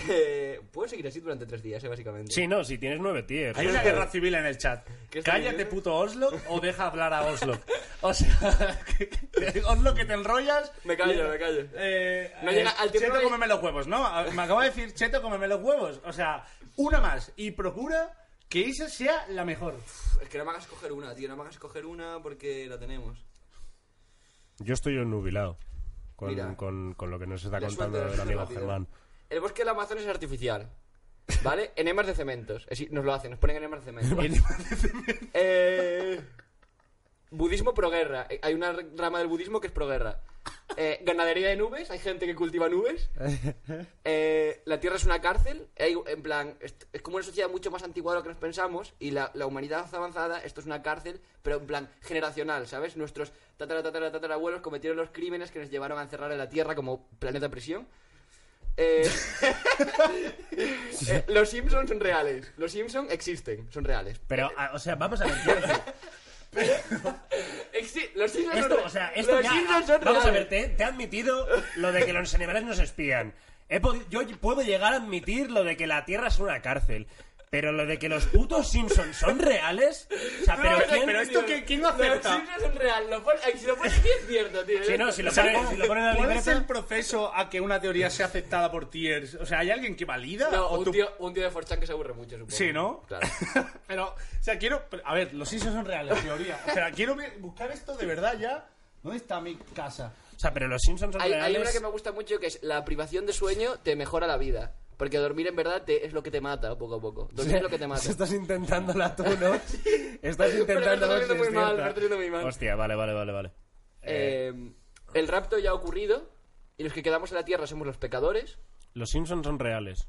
Speaker 3: Eh, Puedo seguir así durante tres días, eh, básicamente.
Speaker 2: Sí, no, si tienes nueve tiers.
Speaker 1: Hay una guerra civil en el chat.
Speaker 3: ¿Qué está
Speaker 1: Cállate,
Speaker 3: diciendo?
Speaker 1: puto Oslo, o deja hablar a Oslo. O sea, que- que- Oslo, que te enrollas.
Speaker 3: Me callo, me callo.
Speaker 1: Eh,
Speaker 3: No
Speaker 1: eh,
Speaker 3: llega al tiempo
Speaker 1: Cheto,
Speaker 3: que-
Speaker 1: cómeme los huevos, ¿no? A- Me acaba de decir, Cheto, cómeme los huevos. O sea, una más. Y procura que esa sea la mejor.
Speaker 3: Pff, Es que no me hagas coger una, tío. No me hagas coger una porque la tenemos.
Speaker 2: Yo estoy nubilado con,
Speaker 3: Mira.
Speaker 2: con, con lo que nos está
Speaker 3: La suelto,
Speaker 2: contando
Speaker 3: la
Speaker 2: el
Speaker 3: suelto
Speaker 2: amigo
Speaker 3: rápido.
Speaker 2: Germán.
Speaker 3: El bosque del Amazonas es artificial. ¿Vale? Enemas de cementos. Es decir, nos lo hacen, nos ponen enemas de cemento. Eh, budismo proguerra. Eh, Hay una r- rama del budismo que es proguerra. Eh, ganadería de nubes, hay gente que cultiva nubes. Eh, la Tierra es una cárcel. e hay- en plan, es, es como una sociedad mucho más antigua de lo que nos pensamos. Y la, la humanidad avanzada, esto es una cárcel, pero en plan generacional, ¿sabes? Nuestros tatara, tatara, tatara abuelos cometieron los crímenes que nos llevaron a encerrar a la Tierra como planeta prisión. Eh, eh, los Simpsons son reales. Los Simpsons existen, son reales.
Speaker 5: Pero, ah, o sea, vamos a ver. quiero decir,
Speaker 3: Exi- los Simpsons
Speaker 5: Esto,
Speaker 3: son re-
Speaker 5: o sea, esto
Speaker 3: los
Speaker 5: ya-
Speaker 3: Simpsons son
Speaker 5: Vamos a
Speaker 3: reales.
Speaker 5: ver, te, te he admitido lo de que los animales nos espían. He podi- yo puedo llegar a admitir lo de que la Tierra es una cárcel. Pero lo de que los putos Simpsons son reales. O sea, pero,
Speaker 3: pero-
Speaker 5: ¿quién-
Speaker 1: Pero esto, que- ¿quién lo
Speaker 3: Los
Speaker 1: acepta?
Speaker 3: Simpsons son real. Lo pon- ay, si lo pones aquí es cierto, tío. ¿eh?
Speaker 5: Sí, no, si lo ponen, si lo ponen en la
Speaker 1: ¿Cuál es el
Speaker 5: libreta.
Speaker 1: proceso a que una teoría sea aceptada por tiers? O sea, ¿hay alguien que valida?
Speaker 3: No,
Speaker 1: ¿O
Speaker 3: un,
Speaker 1: tú-
Speaker 3: tío, un tío de Forchan que se aburre mucho, supongo.
Speaker 1: Sí, ¿no?
Speaker 3: Claro.
Speaker 1: Pero, o sea, quiero. pero, A ver, los Simpsons son reales, teoría. O sea, quiero ver- buscar esto de verdad ya. ¿Dónde está mi casa?
Speaker 5: O sea, pero los Simpsons son
Speaker 3: Hay, hay
Speaker 5: reales.
Speaker 3: una que me gusta mucho que es la privación de sueño te mejora la vida. Porque dormir en verdad te- es lo que te mata poco a poco. Dormir es lo que te mata.
Speaker 5: Estás intentándola tú, ¿no? Estás intentando
Speaker 3: me estoy haciendo muy mal, me estoy haciendo muy mal.
Speaker 5: Hostia, vale, vale, vale, vale.
Speaker 3: Eh, el rapto ya ha ocurrido y los que quedamos en la tierra somos los pecadores.
Speaker 5: Los Simpsons son reales.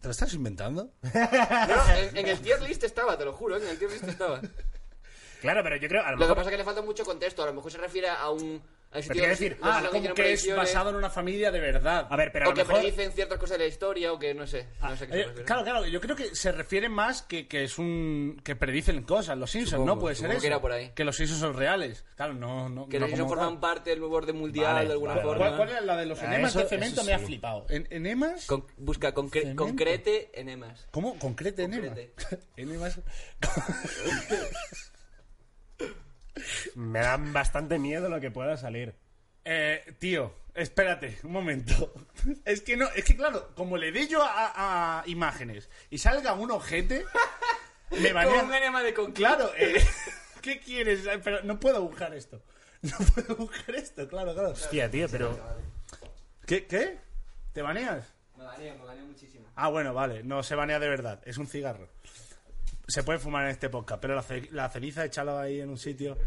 Speaker 1: ¿Te lo estás inventando?
Speaker 3: No, en, en el tier list estaba, te lo juro, en el tier list estaba.
Speaker 5: Claro, pero yo creo, a lo
Speaker 3: Lo que
Speaker 5: mejor...
Speaker 3: pasa es que le falta mucho contexto. A lo mejor se refiere a un. A un sitio
Speaker 5: quiero
Speaker 3: donde-
Speaker 5: decir,
Speaker 3: donde
Speaker 1: Ah,
Speaker 3: se
Speaker 1: como
Speaker 3: hicieron
Speaker 1: que es
Speaker 3: predicciones,
Speaker 1: basado en una familia de verdad.
Speaker 5: A ver, pero a
Speaker 3: O
Speaker 5: lo
Speaker 3: que
Speaker 5: mejor...
Speaker 3: predicen ciertas cosas de la historia, o que no sé. No sé a qué se
Speaker 1: Eh,
Speaker 3: refiere.
Speaker 1: claro, claro, yo creo que se refiere más que, que es un. que predicen cosas, los Simpsons,
Speaker 3: Supongo,
Speaker 1: ¿no? Puede ser
Speaker 3: supongo
Speaker 1: eso.
Speaker 3: que era por ahí.
Speaker 1: Que los Simpsons son reales. Claro, no. no
Speaker 3: Que
Speaker 1: no
Speaker 3: los
Speaker 1: como
Speaker 3: Simpsons
Speaker 1: tal.
Speaker 3: forman parte del nuevo orden mundial
Speaker 5: Vale,
Speaker 3: de alguna
Speaker 5: vale, vale.
Speaker 1: ¿Cuál,
Speaker 3: forma.
Speaker 1: cuál era la de los
Speaker 5: Ah,
Speaker 1: enemas
Speaker 5: eso-
Speaker 1: de cemento?
Speaker 5: eso
Speaker 1: Me ha
Speaker 5: sí.
Speaker 1: flipado. ¿En, ¿Enemas?
Speaker 3: Con- busca concre-
Speaker 1: Cemento.
Speaker 3: concrete enemas.
Speaker 1: ¿Cómo? Concrete enemas.
Speaker 3: Concrete.
Speaker 1: enemas.
Speaker 5: Me dan bastante miedo lo que pueda salir.
Speaker 1: Eh, tío, espérate, un momento. Es que no, es que claro, como le dé yo a, a imágenes y salga un ojete, me
Speaker 3: Como
Speaker 1: banean.
Speaker 3: un enema de concrete.
Speaker 1: Claro, eh, ¿qué quieres? Eh, Pero no puedo buscar esto. No puedo buscar esto, claro, claro.
Speaker 5: Hostia, tío, pero...
Speaker 1: ¿Qué? ¿Qué? ¿Te baneas?
Speaker 3: Me baneo, me baneo muchísimo.
Speaker 1: Ah, bueno, vale, no se banea de verdad, es un cigarro. Se puede fumar en este podcast, pero la, ce- la ceniza échala ahí en un sitio.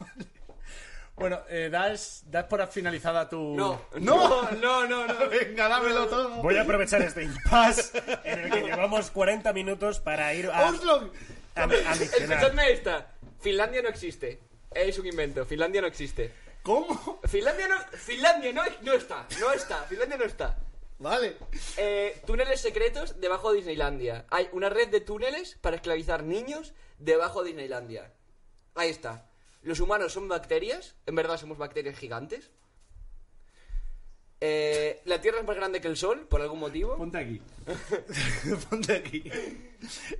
Speaker 1: bueno, eh, das, das por finalizada tu.
Speaker 3: No,
Speaker 1: no,
Speaker 3: no, no, no.
Speaker 1: Venga, dámelo todo.
Speaker 5: Voy a aprovechar este impasse en el que llevamos 40 minutos para ir a,
Speaker 1: Oslo.
Speaker 5: a, a misionar.
Speaker 3: Escuchadme esta. Finlandia no existe. Es un invento. Finlandia no existe.
Speaker 1: ¿Cómo?
Speaker 3: Finlandia no, Finlandia no, no está. No está. Finlandia no está.
Speaker 1: Vale.
Speaker 3: Eh, túneles secretos debajo de Disneylandia. Hay una red de túneles para esclavizar niños debajo de Disneylandia. Ahí está. Los humanos son bacterias. En verdad somos bacterias gigantes. Eh, la Tierra es más grande que el Sol, por algún motivo.
Speaker 1: Ponte aquí. Ponte aquí.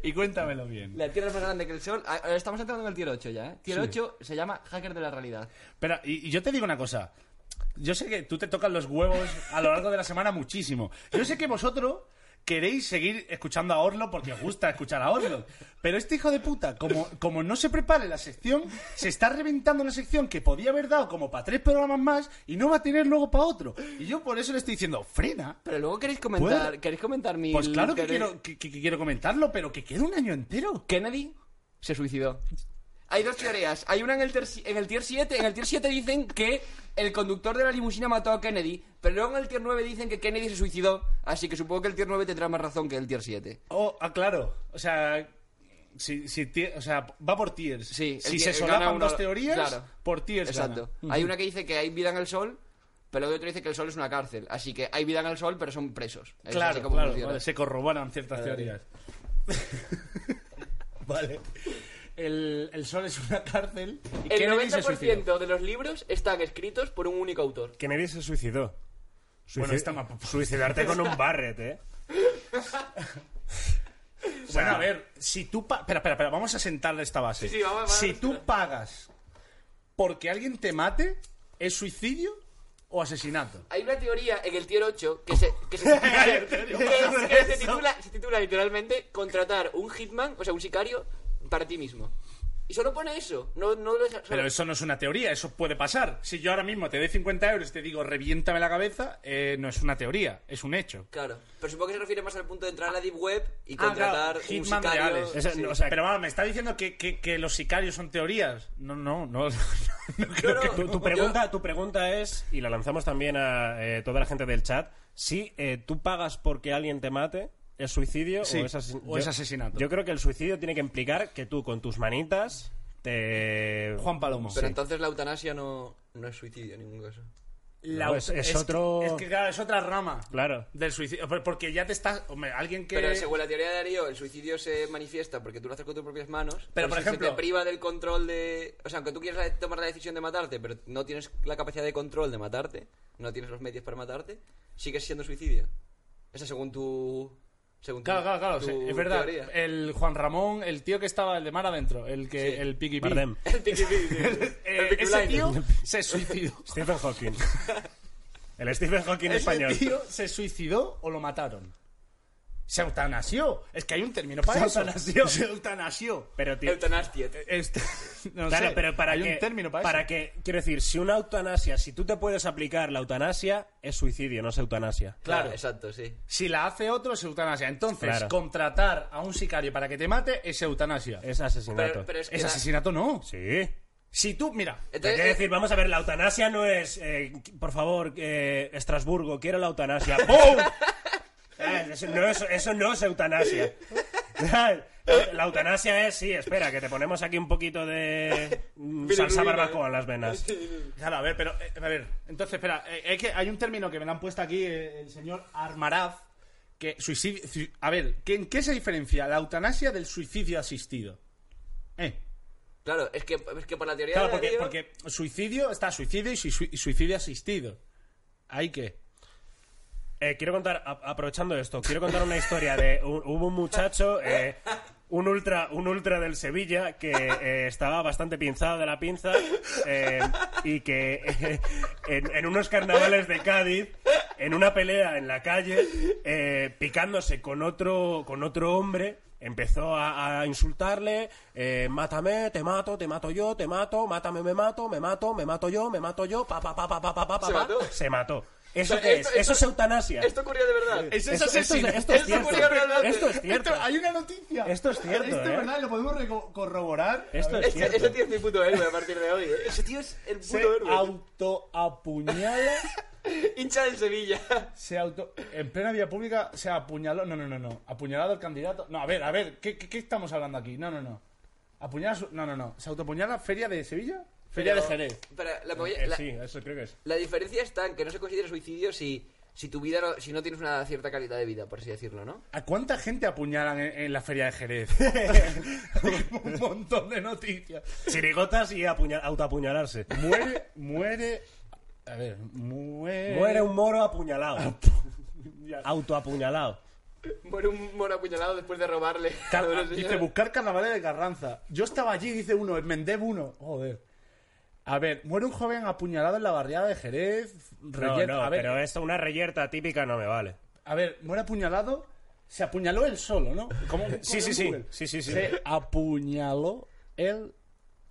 Speaker 1: Y cuéntamelo bien.
Speaker 3: La Tierra es más grande que el Sol. Ah, eh, Estamos entrando en el Tier 8 ya, ¿eh? Tier 8 se llama Hacker de la Realidad.
Speaker 1: Espera, y, y yo te digo una cosa. Yo sé que tú te tocas los huevos a lo largo de la semana muchísimo. Yo sé que vosotros queréis seguir escuchando a Orlo porque os gusta escuchar a Orlo. Pero este hijo de puta, como, como no se prepare la sección, se está reventando una sección que podía haber dado como para tres programas más y no va a tener luego para otro. Y yo por eso le estoy diciendo, frena.
Speaker 3: Pero luego queréis comentar,
Speaker 1: ¿Puedo?
Speaker 3: queréis comentar mi...
Speaker 1: Pues claro que
Speaker 3: queréis-
Speaker 1: quiero, que, que- que quiero comentarlo, pero que quede un año entero.
Speaker 3: Kennedy se suicidó. Hay dos teorías. Hay una en el, ter- en el tier 7. En el tier 7 dicen que el conductor de la limusina mató a Kennedy, pero luego en el tier 9 dicen que Kennedy se suicidó, así que supongo que el tier 9 tendrá más razón que el tier 7.
Speaker 1: Oh, ah, claro. O sea, si, si tie- o sea, va por tiers.
Speaker 3: Sí, el
Speaker 1: si
Speaker 3: que-
Speaker 1: se
Speaker 3: el
Speaker 1: solapan
Speaker 3: gana uno-
Speaker 1: dos teorías,
Speaker 3: claro.
Speaker 1: por tiers.
Speaker 3: Exacto.
Speaker 1: gana.
Speaker 3: Hay una que dice que hay vida en el sol, pero la otra dice que el sol es una cárcel, así que hay vida en el sol, pero son presos. Es así
Speaker 1: Claro,
Speaker 3: como
Speaker 1: claro,
Speaker 3: funciona.
Speaker 1: vale, se corroboran ciertas teorías. vale. El, el sol es una cárcel. Y
Speaker 3: El
Speaker 1: Kennedy se suicidó.
Speaker 3: 90% de los libros están escritos por un único autor.
Speaker 5: Kennedy se suicidó.
Speaker 1: Bueno,
Speaker 5: Suici-
Speaker 1: está más-
Speaker 5: Suicidarte con un barret, ¿eh?
Speaker 1: Bueno, a ver, si tú... pa- Espera, espera, espera, vamos a sentarle esta base.
Speaker 3: Sí, sí, vamos, vamos.
Speaker 1: si tú pagas porque alguien te mate, ¿es suicidio o asesinato?
Speaker 3: Hay una teoría en el tier 8 que se, que se, que- que se titula, se titula literalmente contratar un hitman, o sea, un sicario, para ti mismo. Y solo pone eso. No, no lo deja-
Speaker 1: Pero
Speaker 3: solo-
Speaker 1: eso no es una teoría, eso puede pasar. Si yo ahora mismo te doy 50 euros y te digo reviéntame la cabeza, eh, no es una teoría, es un hecho.
Speaker 3: Claro. Pero supongo que se refiere más al punto de entrar a la Deep Web y
Speaker 1: Ah, claro,
Speaker 3: contratar un
Speaker 1: hitman
Speaker 3: sicario.
Speaker 1: reales.
Speaker 5: Esa-
Speaker 3: sí.
Speaker 5: no, o sea,
Speaker 1: Pero vamos, me está diciendo que, que- que los sicarios son teorías. No, no, no. no. No creo que-
Speaker 2: Tu, tu pregunta, tu pregunta es, y la lanzamos también a eh, toda la gente del chat, si eh, tú pagas porque alguien te mate, ¿es suicidio
Speaker 1: Sí,
Speaker 2: o, es asesin-
Speaker 1: o es asesinato.
Speaker 2: Yo creo que el suicidio tiene que implicar que tú con tus manitas te...
Speaker 1: Juan Palomo.
Speaker 3: Pero entonces la eutanasia no, no es suicidio en ningún caso.
Speaker 1: La-
Speaker 2: No, es- es otro-
Speaker 1: Es que, claro, es otra rama.
Speaker 2: Claro.
Speaker 1: Del suicidio. Pero Porque ya te estás. Hombre, alguien que.
Speaker 3: Pero según la teoría de Darío, el suicidio se manifiesta porque tú lo haces con tus propias manos.
Speaker 1: Pero, por
Speaker 3: si
Speaker 1: ejemplo-
Speaker 3: se te priva del control de. O sea, aunque tú quieras la- tomar la decisión de matarte, pero no tienes la capacidad de control de matarte, no tienes los medios para matarte, sigues siendo suicidio. Esa según tu. Según tu-
Speaker 1: Claro, claro, claro.
Speaker 3: tu
Speaker 1: sí, es verdad. Eh,
Speaker 3: teoría.
Speaker 1: El Juan Ramón, el tío que estaba, el de mar adentro, el que.
Speaker 3: Sí.
Speaker 1: El Piggy Pig.
Speaker 2: Bardem.
Speaker 3: El Peaky Blinders. El
Speaker 1: Eh,
Speaker 3: Peaky
Speaker 1: ese
Speaker 3: Blinders.
Speaker 1: tío se suicidó.
Speaker 2: Stephen Hawking. El Stephen Hawking español.
Speaker 1: ¿Ese tío se suicidó o lo mataron? Se eutanasió. Es que hay un término para
Speaker 2: Se
Speaker 1: eso.
Speaker 2: eutanasió.
Speaker 1: Se eutanasió.
Speaker 2: Pero, tío,
Speaker 3: Eutanasia.
Speaker 1: Este- no
Speaker 2: claro,
Speaker 1: sé,
Speaker 2: pero para
Speaker 1: hay
Speaker 2: que,
Speaker 1: un término para, eso.
Speaker 2: que, quiero decir, si una eutanasia, si tú te puedes aplicar la eutanasia, es suicidio, no es eutanasia.
Speaker 1: Claro.
Speaker 3: Exacto, sí.
Speaker 1: Si la hace otro, es eutanasia. Entonces,
Speaker 2: Claro.
Speaker 1: contratar a un sicario para que te mate es eutanasia.
Speaker 2: Es asesinato.
Speaker 3: Pero, pero es que
Speaker 1: es
Speaker 3: la-
Speaker 1: asesinato, no.
Speaker 2: Sí.
Speaker 1: Si tú, mira,
Speaker 3: Entonces,
Speaker 2: Hay que decir, vamos a ver, la eutanasia no es, eh, por favor, eh, Estrasburgo, quiero la eutanasia. ¡Bum! Ah, Eso no, es, eso no es eutanasia. Ah, La eutanasia es, sí, espera, que te ponemos aquí un poquito de mm, salsa barbacoa en las venas.
Speaker 1: Claro, a ver, pero. eh, a ver, entonces, espera, eh, es que hay un término que me lo han puesto aquí eh, el señor Armaraz. Que suicidio. sui- A ver, ¿que- ¿en qué se diferencia la eutanasia del suicidio asistido? Eh.
Speaker 3: Claro, es que, es que por la teoría
Speaker 1: Claro,
Speaker 3: de
Speaker 1: porque,
Speaker 3: Darío.
Speaker 1: porque suicidio está suicidio y sui- y suicidio asistido. Ahí que.
Speaker 2: Eh, quiero contar, a- aprovechando esto, quiero contar una historia de. un- hubo un muchacho, eh, un ultra, un ultra del Sevilla, que eh, estaba bastante pinzado de la pinza eh, y que eh, en, en unos carnavales de Cádiz, en una pelea en la calle, eh, picándose con otro, con otro hombre. Empezó a, a insultarle, eh, mátame, te mato, te mato yo, te mato, mátame, me mato, me mato, me mato yo, me mato yo, pa pa pa pa pa pa pa pa.
Speaker 3: ¿Se
Speaker 2: pa.
Speaker 3: mató?
Speaker 2: Se mató. ¿Eso
Speaker 3: O sea,
Speaker 2: qué
Speaker 3: esto-
Speaker 2: es? Eso
Speaker 3: esto-
Speaker 2: es eutanasia.
Speaker 3: Esto ocurrió de verdad.
Speaker 1: Eso
Speaker 2: Esto- esto es- esto es
Speaker 3: Esto
Speaker 2: cierto.
Speaker 3: ocurrió realmente.
Speaker 2: Esto es cierto.
Speaker 1: hay una noticia.
Speaker 2: Esto es cierto,
Speaker 1: Esto es
Speaker 2: ¿eh?
Speaker 1: verdad, lo podemos reco- corroborar.
Speaker 2: Esto es
Speaker 3: Ese, ese
Speaker 2: cierto.
Speaker 3: tío es mi puto héroe a partir de hoy. ¿eh? Ese tío es el puto
Speaker 1: Se
Speaker 3: héroe.
Speaker 1: autoapuñala.
Speaker 3: Hincha del Sevilla.
Speaker 1: se auto. En plena vía pública se apuñaló. No, no, no, no. Apuñalado el candidato. No, a ver, a ver. ¿Qué, qué- qué estamos hablando aquí? No, no, no. Apuñala su- No, no, no. ¿Se autoapuñala Feria de Sevilla? Feria de Jerez.
Speaker 3: Pero la, polla-
Speaker 2: Eh,
Speaker 3: la-
Speaker 2: sí, eso creo que es.
Speaker 3: la diferencia está en que no se considera suicidio si, si tu vida no, si no tienes una cierta calidad de vida, por así decirlo, ¿no?
Speaker 1: ¿A cuánta gente apuñalan en, en la Feria de Jerez? Un montón de noticias.
Speaker 2: Chirigotas y apuña- autoapuñalarse.
Speaker 1: Muere, muere. A ver, muere.
Speaker 2: Muere un moro apuñalado. Autoapuñalado.
Speaker 3: Muere un mono apuñalado después de robarle.
Speaker 1: Car-
Speaker 3: a una
Speaker 1: dice
Speaker 3: señora.
Speaker 1: buscar carnavales de Carranza. Yo estaba allí, dice uno, en Mendeb uno. Joder. A ver, muere un joven apuñalado en la barriada de Jerez.
Speaker 2: No,
Speaker 1: Reyer-
Speaker 2: no,
Speaker 1: a, ver,
Speaker 2: pero esto, una reyerta típica no me vale.
Speaker 1: a ver, muere apuñalado. Se apuñaló él solo, ¿no? Como un-
Speaker 2: Sí,
Speaker 1: como
Speaker 2: sí,
Speaker 1: un
Speaker 2: sí.
Speaker 1: Google.
Speaker 2: Sí, sí, sí.
Speaker 1: Se apuñaló él.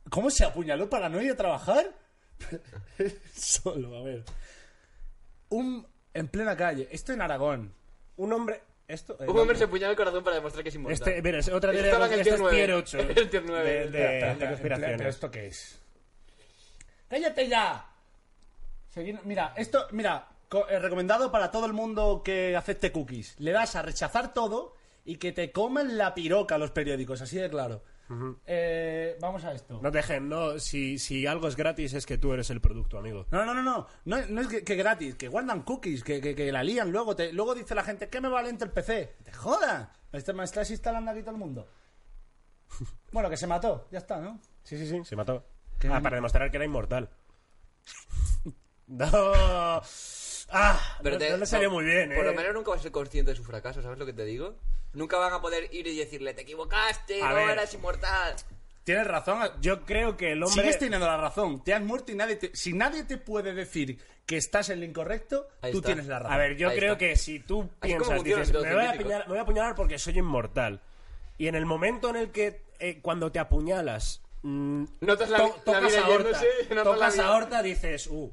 Speaker 1: ¿Cómo se apuñaló para no ir a trabajar? solo, a ver. Un en plena calle. Esto en Aragón.
Speaker 2: Un hombre... Esto, eh,
Speaker 3: Un hombre se apuñala el corazón para demostrar que es inmortal.
Speaker 2: este, mira, es otra
Speaker 3: Esto
Speaker 2: teoría
Speaker 3: estaba en el
Speaker 2: de...
Speaker 3: tier
Speaker 2: Esto es tier
Speaker 3: nueve.
Speaker 2: 8.
Speaker 3: El tier nueve.
Speaker 2: De, de-
Speaker 1: Espera, espera,
Speaker 2: de
Speaker 1: espera,
Speaker 2: conspiraciones.
Speaker 1: ¿Pero esto qué es? ¡Cállate ya! Seguir- mira, esto, mira, co- eh, recomendado para todo el mundo que acepte cookies. Le das a rechazar todo y que te comen la piroca los periódicos, así de claro. Eh, vamos a esto.
Speaker 2: No te dejen, no. Si, si algo es gratis es que tú eres el producto, amigo.
Speaker 1: No, no, no, no. No, no es que, que gratis, que guardan cookies, que, que- que la lían luego. Te, luego dice la gente, ¿qué me vale entre el PC? ¡Te jodan! Este me estás instalando aquí todo el mundo. Bueno, que se mató, ya está, ¿no?
Speaker 2: Sí, sí, sí, se mató.
Speaker 1: ¿Qué?
Speaker 2: Ah, para demostrar que era inmortal. No. Ah,
Speaker 3: Pero
Speaker 2: no,
Speaker 3: te-
Speaker 2: no le salió
Speaker 3: no,
Speaker 2: muy bien,
Speaker 3: Por
Speaker 2: eh.
Speaker 3: lo menos nunca vas a ser consciente de su fracaso, ¿sabes lo que te digo? Nunca van a poder ir y decirle, te equivocaste,
Speaker 2: A
Speaker 3: no
Speaker 2: ver.
Speaker 3: eras inmortal.
Speaker 1: Tienes razón,
Speaker 2: Yo creo que el hombre.
Speaker 1: Sigues teniendo la razón. Te has muerto y nadie te... Si nadie te puede decir que estás en lo incorrecto,
Speaker 3: Ahí
Speaker 1: tú
Speaker 3: está.
Speaker 1: tienes la razón.
Speaker 2: A ver, yo
Speaker 3: Ahí
Speaker 2: creo
Speaker 3: está.
Speaker 2: que si tú
Speaker 3: Así es como funcionan
Speaker 2: piensas, dices,
Speaker 3: los
Speaker 2: me voy, a
Speaker 3: científicos".
Speaker 2: apuñalar, me voy a apuñalar porque soy inmortal. Y en el momento en el que, eh, cuando te apuñalas, mm,
Speaker 3: Notas la,
Speaker 2: to-
Speaker 3: la
Speaker 2: tocas
Speaker 3: vida
Speaker 2: aorta,
Speaker 3: yéndose, notas la
Speaker 2: tocas
Speaker 3: vida.
Speaker 2: aorta, dices, uh.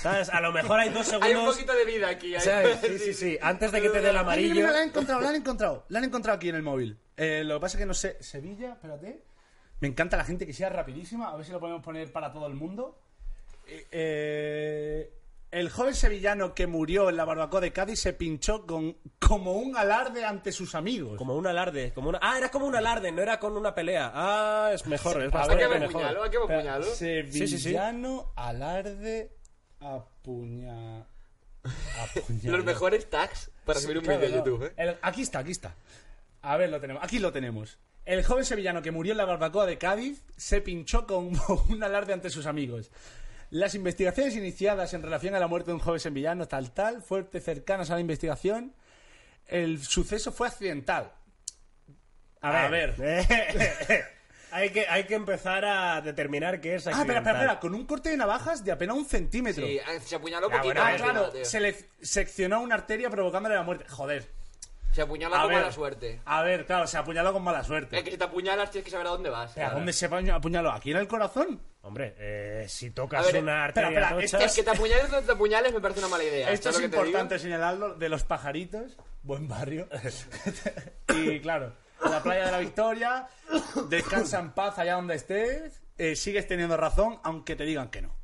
Speaker 2: ¿Sabes? A lo mejor hay dos
Speaker 3: Hay un
Speaker 2: segundos.
Speaker 3: poquito de vida aquí. ¿eh? hay-
Speaker 2: ¿sabes? Sí, sí, sí. Antes de que te dé el
Speaker 1: Ay, mira,
Speaker 2: amarillo.
Speaker 1: mira, la han encontrado, la han encontrado. La han encontrado aquí en el móvil. Eh, lo que pasa es que no sé... Sevilla, espérate. Me encanta la gente que sea rapidísima. A ver si lo podemos poner para todo el mundo. Eh, eh, el joven sevillano que murió en la barbacoa de Cádiz se pinchó con, como un alarde ante sus amigos.
Speaker 2: Como un alarde, como una... Ah, era como un alarde, no era con una pelea. Ah, es mejor, es
Speaker 3: ¿A qué
Speaker 2: bastante
Speaker 3: me
Speaker 2: mejor.
Speaker 3: apuñalo? ¿A qué me apuñalo?
Speaker 1: Sevillano
Speaker 2: Sí, sí, sí.
Speaker 1: alarde apuña... apuñalado.
Speaker 3: Los mejores tags para subir un
Speaker 1: Claro,
Speaker 3: vídeo a
Speaker 1: claro.
Speaker 3: YouTube, ¿eh?
Speaker 1: El- aquí está, aquí está. A ver, lo tenemos. Aquí lo tenemos. El joven sevillano que murió en la barbacoa de Cádiz se pinchó con un alarde ante sus amigos. Las investigaciones iniciadas en relación a la muerte de un joven sevillano tal tal, fuerte cercanas a la investigación, el suceso fue accidental.
Speaker 2: A ver. hay, que, hay que empezar a determinar qué es
Speaker 1: Ah, espera,
Speaker 2: accidental.
Speaker 1: espera, espera, con un corte de navajas de apenas un centímetro.
Speaker 3: Sí, ah, se apuñaló
Speaker 2: Ah,
Speaker 3: poquito.
Speaker 2: bueno,
Speaker 1: ah,
Speaker 3: más,
Speaker 1: claro,
Speaker 3: tío.
Speaker 1: se le seccionó una arteria provocándole la muerte. Joder.
Speaker 3: Se apuñaló
Speaker 1: A
Speaker 3: con
Speaker 1: ver.
Speaker 3: mala suerte.
Speaker 1: A ver, claro, se apuñaló con mala suerte.
Speaker 3: Es que si te apuñalas tienes que saber a dónde vas.
Speaker 1: Espera, ¿dónde se apuña- apuñaló? ¿Aquí en el corazón?
Speaker 2: Hombre, eh, si tocas
Speaker 3: A ver,
Speaker 2: una
Speaker 1: espera,
Speaker 2: arteria
Speaker 1: espera,
Speaker 2: tocha-
Speaker 3: Es que te apuñales donde te apuñales me parece una mala idea.
Speaker 1: Esto es
Speaker 3: ¿sabes lo que te digo?
Speaker 1: importante señalarlo, de los pajaritos, buen barrio. y claro, la playa de la Victoria, descansa en paz allá donde estés, eh, sigues teniendo razón aunque te digan que no.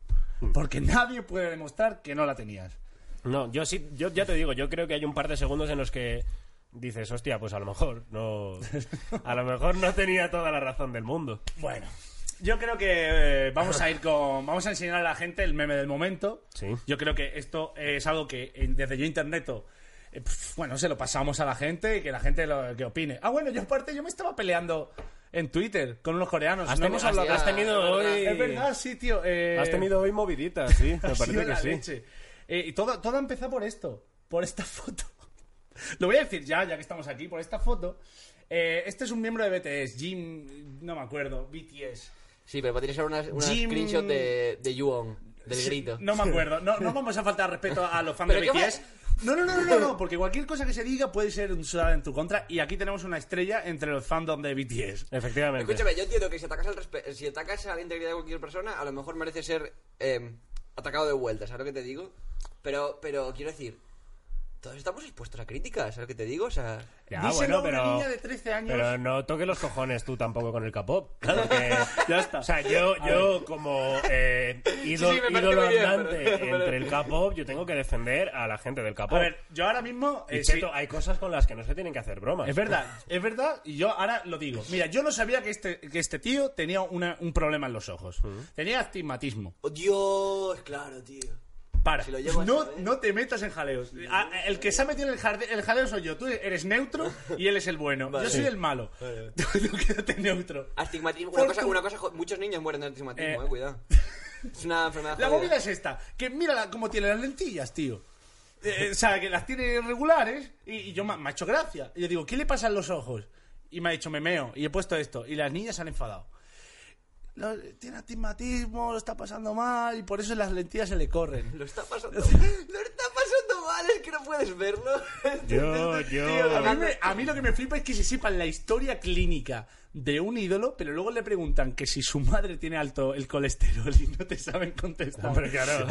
Speaker 1: Porque nadie puede demostrar que no la tenías.
Speaker 2: No, yo sí, yo ya te digo, yo creo que hay un par de segundos en los que dices, hostia, pues a lo mejor no. A lo mejor no tenía toda la razón del mundo.
Speaker 1: Bueno, yo creo que eh, vamos a ir con. Vamos a enseñar a la gente el meme del momento.
Speaker 2: Sí.
Speaker 1: Yo creo que esto es algo que eh, desde yo interneto. eh, pf, Bueno, se lo pasamos a la gente y que la gente lo que opine. Ah, bueno, yo aparte yo me estaba peleando en Twitter con unos coreanos.
Speaker 2: Has,
Speaker 1: No
Speaker 2: teni-
Speaker 1: hemos
Speaker 2: has-
Speaker 1: hablado-
Speaker 2: has tenido
Speaker 3: Es
Speaker 2: hoy.
Speaker 1: Es verdad, sí, tío. eh,
Speaker 2: Has tenido hoy movidita, sí, me
Speaker 1: ha sido
Speaker 2: parece que
Speaker 1: la
Speaker 2: sí.
Speaker 1: leche. Eh, y todo, todo empezó por esto, por esta foto. Lo voy a decir ya, ya que estamos aquí, por esta foto. Eh, este es un miembro de BTS, Jim, no me acuerdo, BTS.
Speaker 3: Sí, pero podría ser una, una
Speaker 1: Jim-
Speaker 3: screenshot de, de Yuon, del grito.
Speaker 1: No me acuerdo. No, no vamos a faltar respeto a los fans de
Speaker 3: ¿Pero qué
Speaker 1: BTS. No, no, no, no, no, no, porque cualquier cosa que se diga puede ser usada en tu contra. Y aquí tenemos una estrella entre los fandom de BTS.
Speaker 2: Efectivamente.
Speaker 3: Escúchame, yo entiendo que si atacas, al respe- si atacas a la integridad de cualquier persona, a lo mejor merece ser eh, atacado de vuelta, ¿sabes lo que te digo? Pero, pero quiero decir, todos estamos expuestos a críticas, ¿sabes lo que te digo? O sea,
Speaker 2: Ya,
Speaker 1: Díselo
Speaker 2: bueno, pero.
Speaker 1: a una niña de 13 años.
Speaker 2: Pero no toques los cojones tú tampoco con el capó. Porque,
Speaker 1: Ya está.
Speaker 2: O sea, yo, yo como eh, ídolo,
Speaker 3: sí, me parece
Speaker 2: ídolo
Speaker 3: muy bien,
Speaker 2: andante
Speaker 3: pero- pero-
Speaker 2: entre el capó, yo tengo que defender a la gente del capó.
Speaker 1: A ver, yo ahora mismo. eh,
Speaker 2: Y,
Speaker 1: sí,
Speaker 2: Cheto, hay cosas con las que no se tienen que hacer bromas.
Speaker 1: Es verdad, es verdad, y yo ahora lo digo. Mira, yo no sabía que este, que este tío tenía una- un problema en los ojos. Tenía astigmatismo.
Speaker 3: ¡oh, Dios, claro, tío.
Speaker 1: Para.
Speaker 3: Si lo llego a
Speaker 1: no,
Speaker 3: saber.
Speaker 1: no te metas en jaleos. A- a- el que se ha metido en el, jarde- el jaleo soy yo. Tú eres neutro y él es el bueno. Yo soy el malo. Tú, tú quédate neutro.
Speaker 3: Astigmatismo,
Speaker 1: Por
Speaker 3: una cosa,
Speaker 1: tu-
Speaker 3: una cosa, jo- muchos niños mueren de astigmatismo,
Speaker 1: Eh.
Speaker 3: eh, cuidado. Es una enfermedad
Speaker 1: La
Speaker 3: jodida.
Speaker 1: movida es esta. Que mira cómo tiene las lentillas, tío. Eh, o sea, que las tiene regulares y, y yo me, me ha hecho gracia. Y yo digo, ¿qué le pasa en los ojos? Y me ha dicho, me meo. Y he puesto esto. Y las niñas se han enfadado. Lo- tiene astigmatismo, lo está pasando mal y por eso las lentillas se le corren.
Speaker 3: Lo está pasando mal. Lo está pasando mal, es que no puedes verlo.
Speaker 2: Yo, yo.
Speaker 1: A mí, me- a mí lo que me flipa es que se sepan la historia clínica de un ídolo, pero luego le preguntan que si su madre tiene alto el colesterol y no te saben contestar.
Speaker 2: Hombre, claro.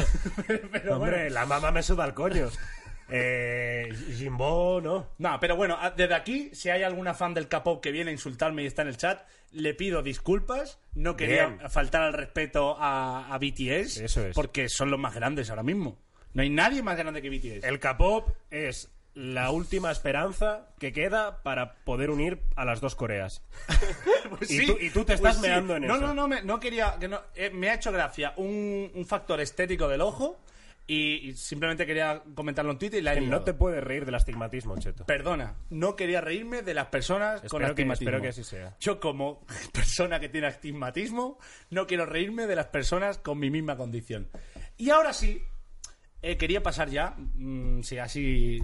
Speaker 1: Pero- pero
Speaker 2: Hombre,
Speaker 1: bueno.
Speaker 2: la mamá me suda al coño. Eh, Jimbo, ¿no?
Speaker 1: No, pero bueno, a- desde aquí, si hay alguna fan del K-pop que viene a insultarme y está en el chat, le pido disculpas. No quería
Speaker 2: Bien.
Speaker 1: faltar al respeto a, a BTS,
Speaker 2: Eso es.
Speaker 1: porque son los más grandes ahora mismo. No hay nadie más grande que BTS.
Speaker 2: El K-pop es la última esperanza que queda para poder unir a las dos Coreas.
Speaker 1: Pues
Speaker 2: Y tú- y tú te estás meando en
Speaker 1: no,
Speaker 2: eso.
Speaker 1: No, no, me, no quería. Que no, eh, me ha hecho gracia un, un factor estético del ojo y, y simplemente quería comentarlo en Twitter y la he
Speaker 2: No
Speaker 1: liado.
Speaker 2: te puedes reír del astigmatismo, Cheto.
Speaker 1: Perdona, no quería reírme de las personas con
Speaker 2: que-
Speaker 1: astigmatismo.
Speaker 2: espero que así sea.
Speaker 1: Yo, como persona que tiene astigmatismo, no quiero reírme de las personas con mi misma condición. Y ahora sí, eh, quería pasar ya, mm, sí, así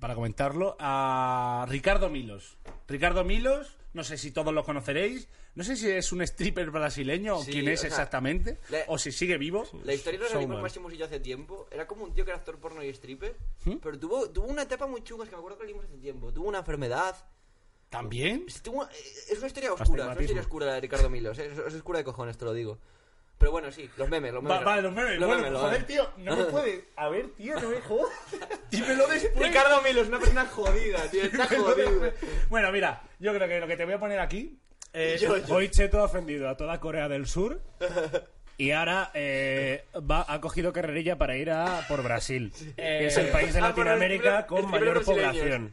Speaker 1: para comentarlo, a Ricardo Milos. Ricardo Milos, no sé si todos lo conoceréis, no sé si es un stripper brasileño
Speaker 3: Sí,
Speaker 1: o quién es
Speaker 3: o sea,
Speaker 1: exactamente,
Speaker 3: le-
Speaker 1: o si sigue vivo.
Speaker 3: La historia de los
Speaker 2: Showman.
Speaker 3: animales máximos y yo hace tiempo era como un tío que era actor porno y stripper,
Speaker 1: ¿Mm?
Speaker 3: pero tuvo, tuvo una etapa muy chunga, es que me acuerdo que lo leímos hace tiempo. Tuvo una enfermedad.
Speaker 1: ¿También?
Speaker 3: Sí, tuvo- es una historia oscura, es una
Speaker 2: Astigmatismo.
Speaker 3: historia oscura la de Ricardo Milos, eh, es, es oscura de cojones, te lo digo. Pero bueno, sí, los memes, los memes.
Speaker 1: Va- vale, los memes. bueno,
Speaker 3: memes, los
Speaker 1: joder,
Speaker 3: memes.
Speaker 1: tío, no me puedes. A ver, tío, no me jodas. Dímelo después.
Speaker 3: Ricardo Milos, una persona jodida, tío, está jodido.
Speaker 1: Bueno, mira, yo creo que lo que te voy a poner aquí
Speaker 5: eh,
Speaker 3: Yo, yo.
Speaker 5: hoy Cheto ha ofendido a toda Corea del Sur y ahora eh, va, ha cogido carrerilla para ir a por Brasil, que es el país de
Speaker 3: Ah, por el
Speaker 5: Latinoamérica
Speaker 3: primer-
Speaker 5: con
Speaker 3: el primer
Speaker 5: mayor
Speaker 3: brasileño.
Speaker 5: población.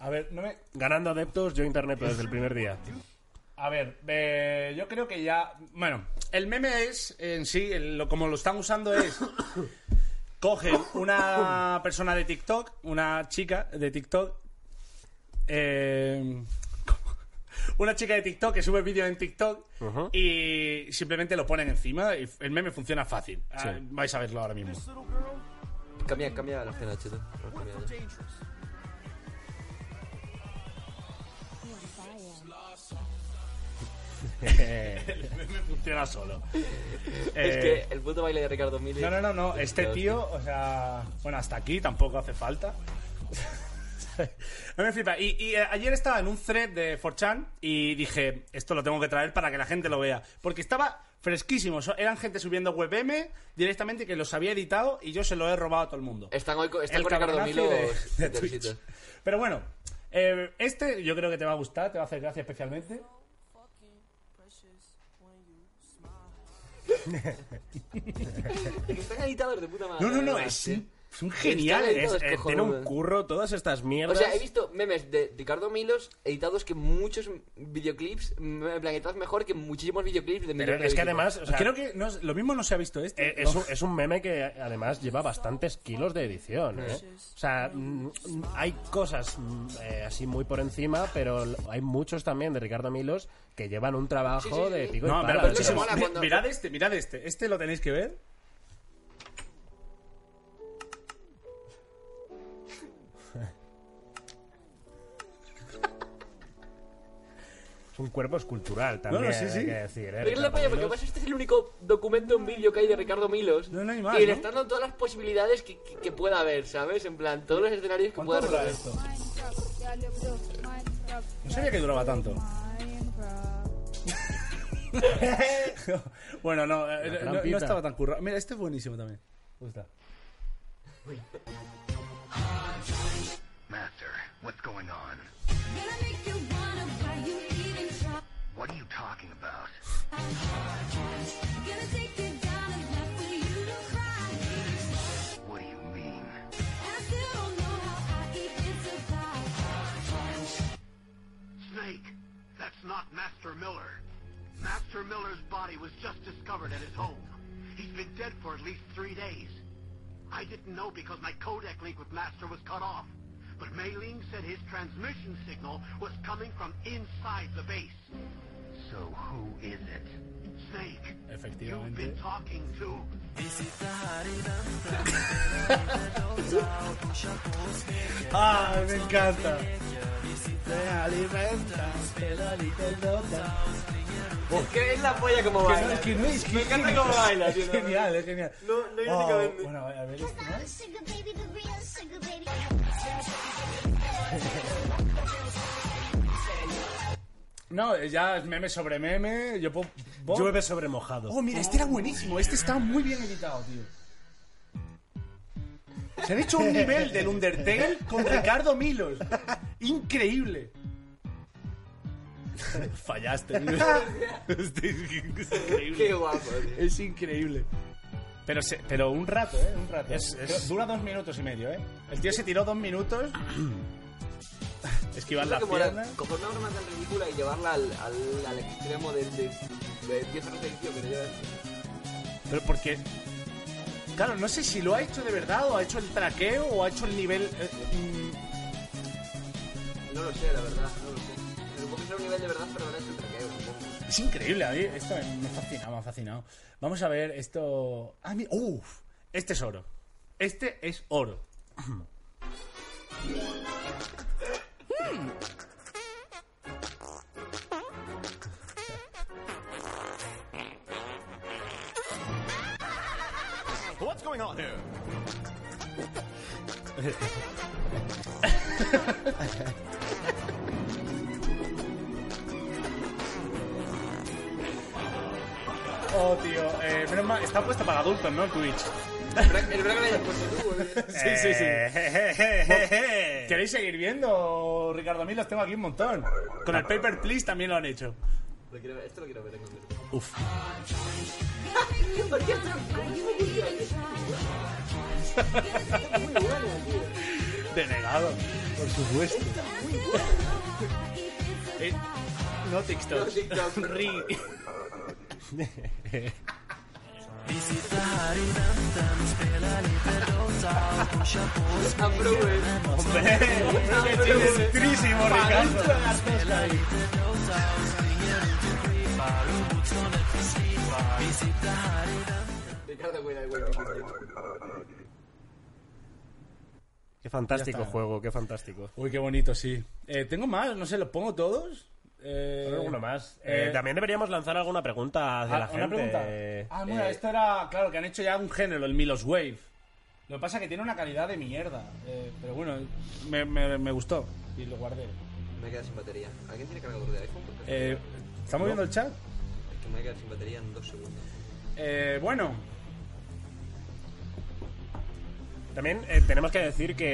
Speaker 1: A ver, no me.
Speaker 5: Ganando adeptos, yo internet desde el primer día.
Speaker 1: A ver, eh, yo creo que ya. Bueno, el meme es en sí, el- lo- como lo están usando es. cogen una persona de TikTok, una chica de TikTok. eh, una chica de TikTok que sube vídeos en TikTok y simplemente lo ponen encima. Y el meme funciona fácil. Ah, vais a verlo ahora mismo.
Speaker 3: Cambia, cambia la escena, cheto. Vamos, cambia ya.
Speaker 1: el meme funciona solo.
Speaker 3: Es
Speaker 1: Eh,
Speaker 3: que el puto baile de Ricardo Mili.
Speaker 1: No, no, no, no. Este
Speaker 3: Dios,
Speaker 1: tío, o sea. Bueno, hasta aquí tampoco hace falta. A mí me flipa. Y, y, eh, ayer estaba en un thread de 4chan y dije, esto lo tengo que traer para que la gente lo vea. Porque estaba fresquísimo. So- Eran gente subiendo WebM directamente que los había editado y yo se lo he robado a todo el mundo.
Speaker 3: Están hoy co- están
Speaker 1: El
Speaker 3: con Ricardo
Speaker 1: cabronazi
Speaker 3: Milo
Speaker 1: de- de
Speaker 3: del
Speaker 1: Twitch.
Speaker 3: sitio.
Speaker 1: Pero bueno, eh, este yo creo que te va a gustar, te va a hacer gracia especialmente.
Speaker 3: Es que están editados de puta madre.
Speaker 1: No, no, no,
Speaker 3: además,
Speaker 1: es,
Speaker 3: tío.
Speaker 1: un- son geniales.
Speaker 3: Está editado,
Speaker 5: Es-
Speaker 3: es
Speaker 5: eh, tiene
Speaker 3: cojonudo.
Speaker 5: un curro todas estas
Speaker 3: O
Speaker 5: mierdas.
Speaker 3: sea, he visto memes de Ricardo Milos editados que muchos videoclips, mm, en plan, editados mejor que muchísimos videoclips de
Speaker 5: Pero
Speaker 3: millones de
Speaker 5: es que
Speaker 3: visitas.
Speaker 5: además, o sea,
Speaker 1: creo que no es- lo mismo no se ha visto este.
Speaker 5: eh, es, un, es un meme que además lleva bastantes kilos de edición. ¿eh? O sea, mm, mm, hay cosas mm, eh, así muy por encima, pero l- hay muchos también de Ricardo Milos que llevan un trabajo
Speaker 3: Sí, sí,
Speaker 5: de
Speaker 3: sí.
Speaker 5: pico y
Speaker 1: No,
Speaker 5: pala.
Speaker 1: pero
Speaker 3: pero
Speaker 5: o sea,
Speaker 3: muchísimo.
Speaker 1: muchísimo.
Speaker 3: eso mola cuando-
Speaker 1: Mirad este, mirad este. Este lo tenéis que ver.
Speaker 5: Es un cuerpo escultural también,
Speaker 1: No, no, sí, sí.
Speaker 5: hay que decir. ¿eh?
Speaker 3: Pero es la
Speaker 5: Ricardo
Speaker 3: polla, porque
Speaker 5: Milos.
Speaker 3: además este es el único documento en vídeo que hay de Ricardo Milos.
Speaker 1: No, no hay más,
Speaker 3: Y
Speaker 1: ¿no?
Speaker 3: le están dando todas las posibilidades que, que- que pueda haber, ¿sabes? En plan, todos los escenarios que pueda haber.
Speaker 1: No sabía que duraba tanto. bueno, no, eh, no, no
Speaker 5: trampita.
Speaker 1: estaba tan currado. Mira, este es buenísimo también. Me gusta.
Speaker 6: Master, what's going on? What are you talking about? What do you mean? Snake, that's not Master Miller. Master Miller's body was just discovered at his home. He's been dead for at least three days. I didn't know because my codec link with Master was cut off. But Mei Ling said his transmission signal was coming from inside the base. So who is it? Snake. You've been
Speaker 1: Efectivamente.
Speaker 6: talking to.
Speaker 3: Ah,
Speaker 1: ¡Ay, me encanta!
Speaker 3: Es que es la polla como
Speaker 1: Que no, es que no, es que
Speaker 3: Me
Speaker 1: es
Speaker 3: encanta
Speaker 1: genial.
Speaker 3: cómo baila, tío,
Speaker 1: Es
Speaker 3: no,
Speaker 1: genial, es genial.
Speaker 3: No, no hay
Speaker 1: Oh,
Speaker 3: únicamente.
Speaker 1: Bueno, a ver, este más. No, ya es meme sobre meme. Yo puedo.
Speaker 5: Llueve sobre mojado.
Speaker 1: Oh, mira, este era buenísimo. Este está muy bien editado, tío. Se han hecho un nivel del Undertale con Ricardo Milos. Increíble. Fallaste, Milos. Este es increíble.
Speaker 3: Qué guapo, tío.
Speaker 1: Es increíble. Pero, se- pero un rato, ¿eh? Un rato. Dura dos minutos y medio, ¿eh? El tío se tiró dos minutos. Esquivar
Speaker 3: Creo
Speaker 1: las
Speaker 3: que mola
Speaker 1: piernas.
Speaker 3: coger una broma tan ridícula y llevarla al, al, al extremo del de, de 10 horas de edición que te llevas.
Speaker 1: Pero porque. Claro, no sé si lo ha hecho de verdad, o ha hecho el traqueo, o ha hecho el nivel. eh, mm,
Speaker 3: No lo sé, la verdad, no lo sé. Supongo que será un nivel de verdad, pero ahora es el traqueo, supongo.
Speaker 1: es increíble, a mí esto me- me ha fascinado, me ha fascinado. Vamos a ver esto. Ah, mi- ¡Uf! Este es oro. Este es oro. Oh, Oh, tío. Eh, menos mal, está puesto para adultos, ¿no? El Twitch. Eh,
Speaker 3: El braga le hayas puesto tú, eh. boludo.
Speaker 1: Sí, sí, sí.
Speaker 2: sí.
Speaker 1: ¿Queréis seguir viendo, Ricardo? A mí los tengo aquí un montón. Con el Paper Please también lo han hecho.
Speaker 3: Lo quiero ver, Esto lo quiero ver en concreto.
Speaker 1: Denegado, por supuesto. Eh, no TikTok.
Speaker 3: No TikTok.
Speaker 1: Ri-
Speaker 3: Approve.
Speaker 1: Hombre, hombre, que tienes trísimo, Ricardo.
Speaker 3: Ricardo cuida el güey.
Speaker 2: Qué fantástico juego, qué fantástico.
Speaker 1: Uy, qué bonito, sí. Eh, tengo más, no sé, ¿los pongo todos? Eh,
Speaker 2: Alguno más. Eh,
Speaker 1: eh,
Speaker 2: también deberíamos lanzar alguna pregunta hacia
Speaker 1: Ah,
Speaker 2: la
Speaker 1: una
Speaker 2: gente.
Speaker 1: pregunta.
Speaker 2: Eh,
Speaker 1: Ah, mira, esto era. Claro, que han hecho ya un género, el Milos Wave. Lo que pasa es que tiene una calidad de mierda. eh, pero bueno, me, me- me gustó y lo guardé.
Speaker 3: Me he quedado sin batería. ¿Alguien tiene cargador de iPhone? Porque
Speaker 1: Eh, ¿Estamos viendo el chat?
Speaker 3: es que me voy a quedar sin batería en dos segundos.
Speaker 1: Eh, bueno,
Speaker 2: También eh, tenemos que decir que.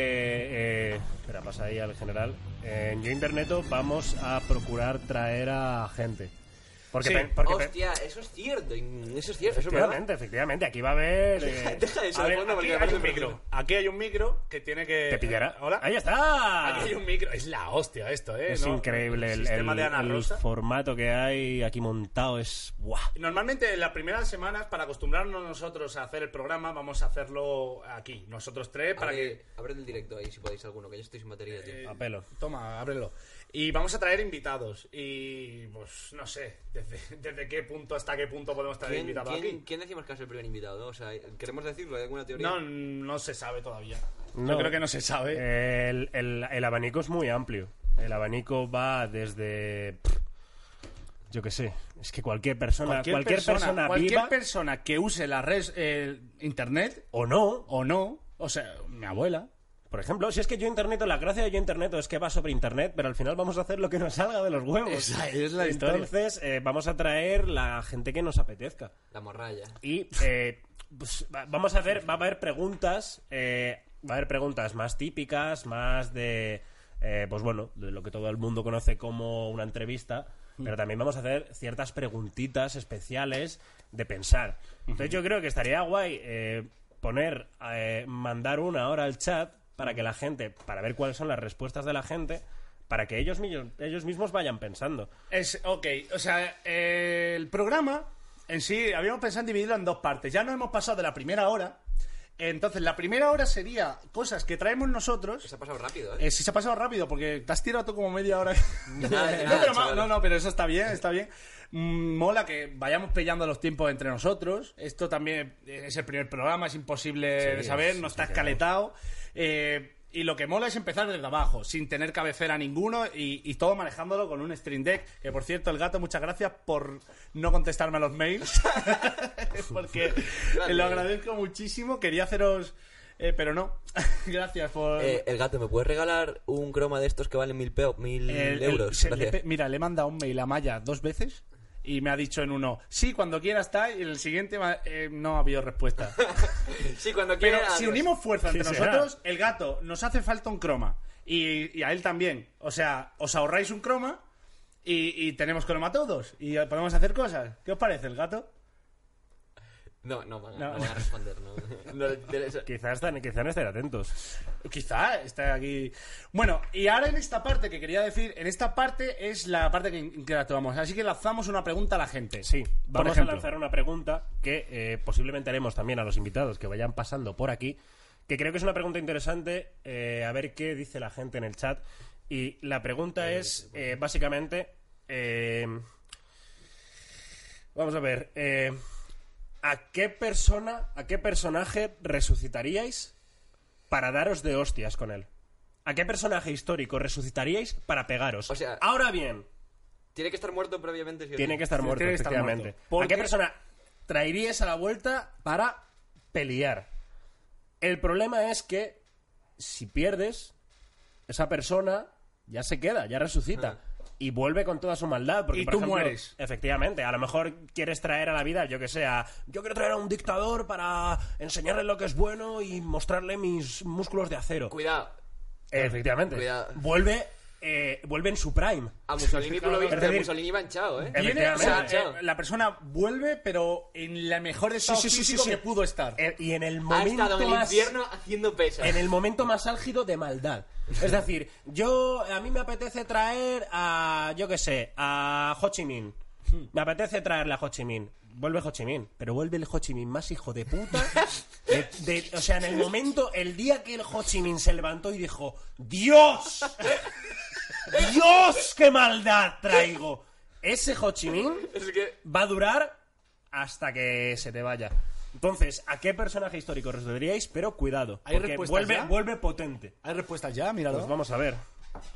Speaker 2: eh, espera, pasa ahí al general. Eh, en Yo Interneto vamos a procurar traer a gente. Porque,
Speaker 1: Sí.
Speaker 2: pe- porque pe-
Speaker 3: Hostia, eso es cierto. in- Eso es cierto, eso es verdad.
Speaker 2: efectivamente, efectivamente, aquí va a haber. eh,
Speaker 3: Deja eso
Speaker 1: a
Speaker 3: de
Speaker 1: ver,
Speaker 3: fondo
Speaker 1: aquí
Speaker 3: porque
Speaker 1: hay
Speaker 3: aparte
Speaker 1: un
Speaker 3: me
Speaker 1: micro.
Speaker 3: preocupa.
Speaker 1: Aquí hay un micro que tiene que.
Speaker 2: te pillará.
Speaker 1: Hola.
Speaker 2: Ahí está.
Speaker 1: Aquí hay un micro. Es la hostia esto, ¿eh?
Speaker 2: Es
Speaker 1: ¿no?
Speaker 2: increíble el,
Speaker 1: sistema
Speaker 2: el-
Speaker 1: de Ana
Speaker 2: el
Speaker 1: Rosa.
Speaker 2: formato que hay aquí montado. Es. ¡Buah!
Speaker 1: Normalmente en las primeras semanas, para acostumbrarnos nosotros a hacer el programa, vamos a hacerlo aquí, nosotros tres, para que... Eh,
Speaker 3: Abre, abre el directo ahí si podéis alguno, que yo estoy sin batería, tío.
Speaker 2: A pelo.
Speaker 1: Toma, ábrelo. Y vamos a traer invitados. Y pues no sé, desde, desde qué punto hasta qué punto podemos traer
Speaker 3: ¿Quién,
Speaker 1: invitados
Speaker 3: quién-
Speaker 1: aquí.
Speaker 3: quién decimos que es el primer invitado? O sea, ¿queremos decirlo? ¿Hay alguna teoría?
Speaker 1: No, no se sabe todavía.
Speaker 2: No.
Speaker 1: Yo creo que no se sabe.
Speaker 2: Eh, El, el- el abanico es muy amplio. El abanico va desde. pff, Yo qué sé. Es que cualquier persona, cualquier, persona,
Speaker 1: cualquier
Speaker 2: viva
Speaker 1: persona que use la red eh, internet
Speaker 2: o no.
Speaker 1: o no, o sea, mi abuela.
Speaker 2: Por ejemplo, si es que yo interneto, la gracia de yo interneto es que va sobre internet, pero al final vamos a hacer lo que nos salga de los huevos.
Speaker 1: Esa es la historia.
Speaker 2: Entonces, eh, vamos a traer la gente que nos apetezca.
Speaker 3: La morralla.
Speaker 2: Y eh, pues, va- vamos a ver, va a haber preguntas, eh, va a haber preguntas más típicas, más de, eh, pues bueno, de lo que todo el mundo conoce como una entrevista, pero también vamos a hacer ciertas preguntitas especiales de pensar. Entonces yo creo que estaría guay eh, poner, eh, mandar una ahora al chat para que la gente, para ver cuáles son las respuestas de la gente, para que ellos, millo- ellos mismos vayan pensando.
Speaker 1: Es, ok, o sea, eh, el programa en sí, habíamos pensado en dividirlo en dos partes. Ya nos hemos pasado de la primera hora. Entonces, la primera hora sería cosas que traemos nosotros.
Speaker 3: Se ha pasado rápido, ¿eh?
Speaker 1: Eh, sí se ha pasado rápido porque te has tirado tú como media hora. no,
Speaker 3: nada,
Speaker 1: pero
Speaker 3: nada,
Speaker 1: ma-
Speaker 3: chaval.
Speaker 1: no, no, pero eso está bien, está bien. Mm, Mola que vayamos pillando los tiempos entre nosotros. Esto también es el primer programa, es imposible de saber, no está escaletado. Eh, y lo que mola es empezar desde abajo, sin tener cabecera ninguno y, y todo manejándolo con un stream deck. Que por cierto, el gato, muchas gracias por no contestarme a los mails. porque lo agradezco muchísimo. Quería haceros. eh, pero no. gracias por.
Speaker 3: Eh, el gato, ¿me puedes regalar un croma de estos que valen mil, peo- mil
Speaker 1: Eh, El- el-
Speaker 3: euros?
Speaker 1: se- le pe-
Speaker 3: Gracias.
Speaker 1: mira, le manda un mail a Maya dos veces y me ha dicho en uno, sí, cuando quiera está, y en el siguiente ma- eh, no ha habido respuesta.
Speaker 3: Sí, cuando
Speaker 1: Pero
Speaker 3: quieras.
Speaker 1: si unimos fuerzas entre
Speaker 2: Sí, será.
Speaker 1: nosotros, el gato, nos hace falta un croma. Y, y a él también. O sea, os ahorráis un croma y, y tenemos croma todos. Y podemos hacer cosas. ¿Qué os parece, el gato?
Speaker 3: No, no van, a-
Speaker 1: No.
Speaker 3: no van a responder, no. No les interesa.
Speaker 2: Quizás están, quizás estén atentos.
Speaker 1: Quizá está aquí. Bueno, y ahora en esta parte que quería decir, en esta parte es la parte que, en que actuamos. Así que lanzamos una pregunta a la gente.
Speaker 2: Sí,
Speaker 1: Por
Speaker 2: vamos a
Speaker 1: ejemplo.
Speaker 2: lanzar una pregunta que eh, posiblemente haremos también a los invitados que vayan pasando por aquí, que creo que es una pregunta interesante, eh, a ver qué dice la gente en el chat. Y la pregunta es, eh, básicamente, eh, vamos a ver, eh, ¿a qué persona, a qué personaje resucitaríais para daros de hostias con él? ¿A qué personaje histórico resucitaríais para pegaros?
Speaker 3: O sea-
Speaker 2: Ahora bien,
Speaker 3: Tiene que estar muerto previamente. sí o sí.
Speaker 2: tiene que estar muerto,
Speaker 1: Tiene que estar
Speaker 2: efectivamente.
Speaker 1: muerto. ¿Por
Speaker 2: ¿A qué
Speaker 1: qué?
Speaker 2: persona traerías a la vuelta para pelear? El problema es que
Speaker 3: Ah.
Speaker 2: si pierdes, esa persona ya se queda, ya resucita. y vuelve con toda su maldad. Porque,
Speaker 1: Y
Speaker 2: por
Speaker 1: tú
Speaker 2: ejemplo,
Speaker 1: mueres.
Speaker 2: Efectivamente, a lo mejor quieres traer a la vida, yo que sea, yo quiero traer a un dictador para enseñarle lo que es bueno y mostrarle mis músculos de acero.
Speaker 3: Cuidado,
Speaker 2: Efectivamente.
Speaker 3: Cuidado.
Speaker 2: Vuelve, eh, vuelve en su prime.
Speaker 3: a Mussolini tú lo viste,
Speaker 2: Es decir-
Speaker 3: Mussolini va hinchado, ¿eh?
Speaker 1: Viene, o sea,
Speaker 3: Efectivamente.
Speaker 1: eh, la persona vuelve, pero en la mejor estado
Speaker 2: sí, sí, sí,
Speaker 1: físico
Speaker 2: sí.
Speaker 1: que pudo estar.
Speaker 2: Eh, y en el
Speaker 3: Ha
Speaker 2: momento
Speaker 3: estado en el
Speaker 2: más-
Speaker 3: infierno haciendo pesas.
Speaker 2: en el momento más álgido de maldad. Es decir, yo a mí me apetece traer a yo qué sé, a Ho Chi Minh. Me apetece traerle a Ho Chi Minh. Vuelve Ho Chi Minh, pero vuelve el Ho Chi Minh más hijo de puta. De- de- o sea, en el momento, el día que el Ho Chi Minh se levantó y dijo, Dios, Dios, qué maldad traigo. Ese Ho Chi Minh
Speaker 3: Es que
Speaker 2: va a durar hasta que se te vaya. Entonces, ¿a qué personaje histórico resolveríais? Pero cuidado,
Speaker 1: ¿Hay
Speaker 2: porque
Speaker 1: respuestas
Speaker 2: vuelve,
Speaker 1: ya?
Speaker 2: vuelve potente.
Speaker 1: ¿Hay respuestas ya? Míralo.
Speaker 2: Pues vamos a ver.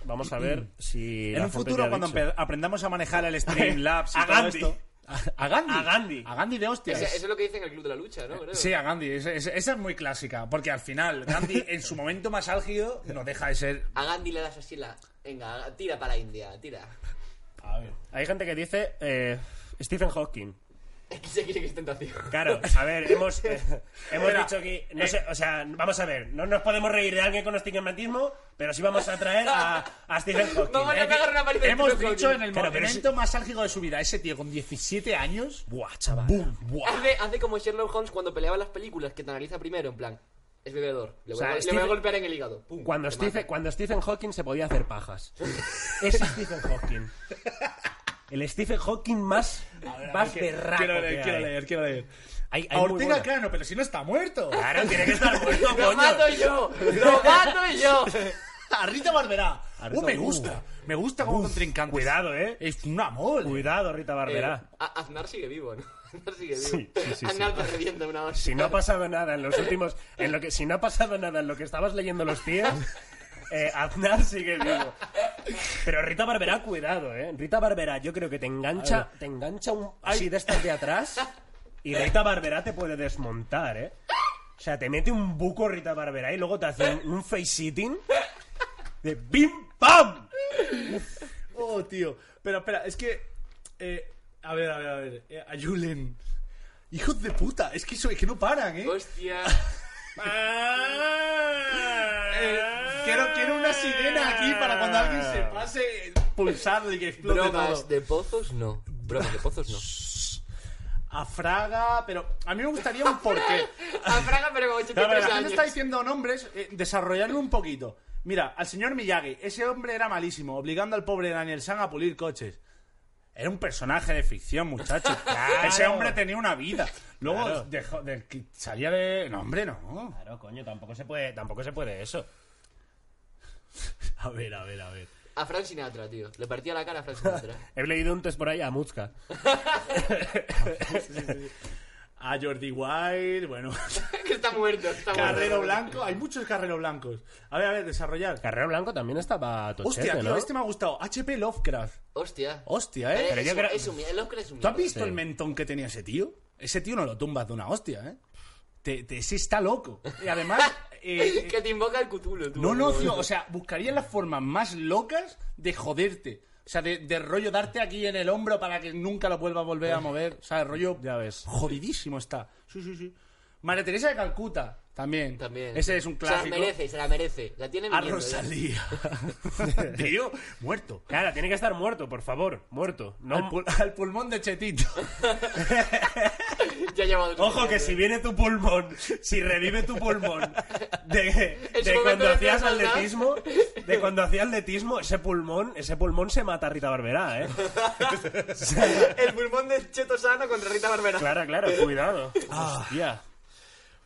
Speaker 2: Vamos a ver si...
Speaker 1: en
Speaker 2: la
Speaker 1: un
Speaker 2: fuente
Speaker 1: futuro,
Speaker 2: ya ha
Speaker 1: cuando
Speaker 2: dicho.
Speaker 1: empe- aprendamos a manejar el Streamlabs y
Speaker 2: A
Speaker 1: todo
Speaker 2: Gandhi.
Speaker 1: esto... A, a Gandhi. Ah.
Speaker 2: A Gandhi.
Speaker 1: A Gandhi de hostias.
Speaker 3: ese- eso es lo que dicen en el Club de la Lucha, ¿no? Creo.
Speaker 1: Sí, a Gandhi. Es- es- esa es muy clásica. Porque al final, Gandhi, en su momento más álgido, no deja de ser.
Speaker 3: A Gandhi le das así la... Venga, a- tira para la India, tira.
Speaker 2: Hay gente que dice eh, Stephen Hawking.
Speaker 3: Es que se quiere que es tentación.
Speaker 2: Claro, a ver, hemos, eh, hemos
Speaker 1: Espera,
Speaker 2: dicho que... No
Speaker 1: eh,
Speaker 2: sé, o sea, vamos a ver, no nos podemos reír de alguien con estigmatismo, pero sí vamos a traer a, a Stephen Hawking.
Speaker 3: Vamos a
Speaker 2: Eh,
Speaker 3: pegar una paliza.
Speaker 1: Hemos dicho en el
Speaker 2: Claro, pero
Speaker 1: momento más álgido de su vida, ese tío con 17 años.
Speaker 2: Buah, chaval. Buah.
Speaker 3: Hace, hace como Sherlock Holmes cuando peleaba las películas, que te analiza primero, en plan... Es bebedor. Le voy,
Speaker 2: sea,
Speaker 3: a, le
Speaker 2: Stephen-
Speaker 3: voy a golpear en el hígado. Pum,
Speaker 2: Cuando,
Speaker 3: te
Speaker 2: Stephen,
Speaker 3: mata.
Speaker 2: cuando Stephen Hawking se podía hacer pajas. Ese es Stephen Hawking. El Stephen Hawking más, más berraco
Speaker 1: Quiero
Speaker 2: que
Speaker 1: leer, quiero
Speaker 2: hay.
Speaker 1: leer, quiero leer.
Speaker 2: Hay- hay
Speaker 1: A
Speaker 2: muy
Speaker 1: Ortega
Speaker 2: buena.
Speaker 1: Cano, pero si no está muerto.
Speaker 2: Claro, tiene que estar muerto,
Speaker 3: ¡Lo
Speaker 2: coño.
Speaker 3: mato yo! ¡Lo mato yo!
Speaker 1: A Rita Barberá.
Speaker 2: Rita-
Speaker 1: Uh, me gusta. Me gusta como contrincante.
Speaker 2: Cuidado, eh.
Speaker 1: Es un amor.
Speaker 2: Cuidado, Rita Barberá.
Speaker 3: Eh, A- Aznar sigue vivo, ¿no? Aznar sigue vivo.
Speaker 2: Sí, sí, sí,
Speaker 3: Aznar
Speaker 2: sí.
Speaker 3: te revienta una hostia.
Speaker 2: Si no ha pasado nada en los últimos... En lo que, si no ha pasado nada en lo que estabas leyendo los pies... Eh, Aznar sigue vivo. Pero Rita Barberá, cuidado, eh. Rita Barberá, yo creo que te engancha, te engancha un, así de estas de atrás. Y Rita Barberá te puede desmontar, eh. O sea, te mete un buco Rita Barberá y luego te hace un, un face sitting de ¡Bim ¡Pam!
Speaker 1: Oh, tío. Pero espera, es que. eh, a ver, a ver, a ver. Eh, a Julen. Hijos de puta. Es que, eso, es que no paran, ¿eh?
Speaker 2: Pues-
Speaker 3: Hostia.
Speaker 1: Eh, quiero, quiero una sirena aquí para cuando alguien se
Speaker 2: Ah.
Speaker 1: pase, eh, pulsarlo y que explote todo.
Speaker 3: Bromas de pozos, no. Bromas de pozos, no.
Speaker 1: A Fraga, pero a mí me gustaría un porqué.
Speaker 3: A Fraga, pero con
Speaker 1: Claro,
Speaker 3: 83
Speaker 1: la gente
Speaker 3: años.
Speaker 1: está diciendo nombres, eh, desarrollarlo un poquito. Mira, al señor Miyagi, ese hombre era malísimo, obligando al pobre Daniel San a pulir coches. Era un personaje de ficción, muchachos. Ese hombre tenía una vida. Luego dejó- del que salía de... No, hombre, no.
Speaker 2: Claro, coño, tampoco se puede, tampoco se puede eso.
Speaker 1: A ver, a ver, a ver.
Speaker 3: A Frank Sinatra, tío. Le partía la cara a Frank Sinatra.
Speaker 2: He leído un test por ahí a Mutzka.
Speaker 1: A Jordi Wild, bueno.
Speaker 3: que está muerto, está muerto.
Speaker 1: Carrero Blanco, hay muchos Carrero Blancos. A ver, a ver, desarrollar.
Speaker 2: Carrero Blanco también estaba tochete,
Speaker 1: Hostia, tío,
Speaker 2: ¿no?
Speaker 1: este me ha gustado. HP Lovecraft.
Speaker 3: Hostia.
Speaker 1: Hostia,
Speaker 3: Eh,
Speaker 1: eh.
Speaker 2: pero
Speaker 3: es
Speaker 2: yo
Speaker 3: un-
Speaker 2: creo-
Speaker 3: es un mierda, el Oscar es un
Speaker 1: ¿Tú has
Speaker 3: mierda.
Speaker 1: visto el mentón que tenía ese tío? Ese tío no lo tumbas de una hostia, eh. Te, te- ese está loco. Y además. eh, eh,
Speaker 3: Que te invoca el cutulo, tú.
Speaker 1: no, no, tío. O sea, buscaría las formas más locas de joderte. O sea, de, de rollo darte aquí en el hombro para que nunca lo vuelvas a volver a mover. O sea, el rollo.
Speaker 2: Ya ves.
Speaker 1: Jodidísimo está. Sí, sí, sí. María Teresa de Calcuta, también.
Speaker 3: También.
Speaker 1: Ese es un
Speaker 3: Se
Speaker 1: clásico.
Speaker 3: la merece, se la merece. La tiene ¿eh?
Speaker 1: A
Speaker 3: viniendo, ya.
Speaker 1: Rosalía. Tío, muerto.
Speaker 2: Claro, tiene que estar muerto, por favor, muerto.
Speaker 1: Al,
Speaker 2: No,
Speaker 1: pul- al pulmón de Chetito.
Speaker 3: Ya ha llevado-
Speaker 2: Ojo que si viene tu pulmón, si revive tu pulmón de,
Speaker 3: En su
Speaker 2: de
Speaker 3: momento
Speaker 2: cuando
Speaker 3: decías
Speaker 2: hacías
Speaker 3: maldad.
Speaker 2: atletismo, de cuando hacía atletismo, ese pulmón, ese pulmón se mata a Rita Barberá, eh.
Speaker 3: El pulmón de Cheto Sano contra Rita Barbera.
Speaker 2: Claro, claro,
Speaker 3: Eh.
Speaker 2: cuidado.
Speaker 3: Ah.
Speaker 1: Eh,
Speaker 2: Hostia.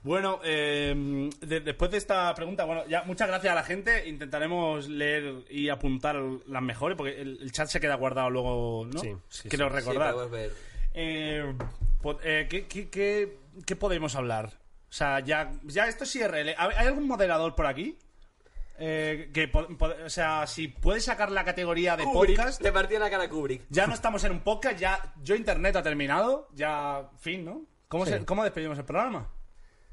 Speaker 1: Bueno, eh, de- después de esta pregunta, bueno, ya muchas gracias a la gente. Intentaremos leer y apuntar las mejores, porque el, el chat se queda guardado luego, ¿no?
Speaker 2: Sí, sí,
Speaker 1: Quiero
Speaker 3: Sí,
Speaker 1: recordar.
Speaker 3: podemos ver.
Speaker 1: Eh, po- eh, ¿qué, qué, qué- qué podemos hablar? O sea, ya, ya esto es IRL. ¿Hay hay algún moderador por aquí? Eh, que po- po- o sea, si puedes sacar la categoría de
Speaker 3: Kubrick,
Speaker 1: podcast.
Speaker 3: Le partía la cara a Kubrick.
Speaker 1: Ya no estamos en un podcast, ya yo internet ha terminado, ya fin, ¿no? ¿Cómo, se- cómo despedimos el programa?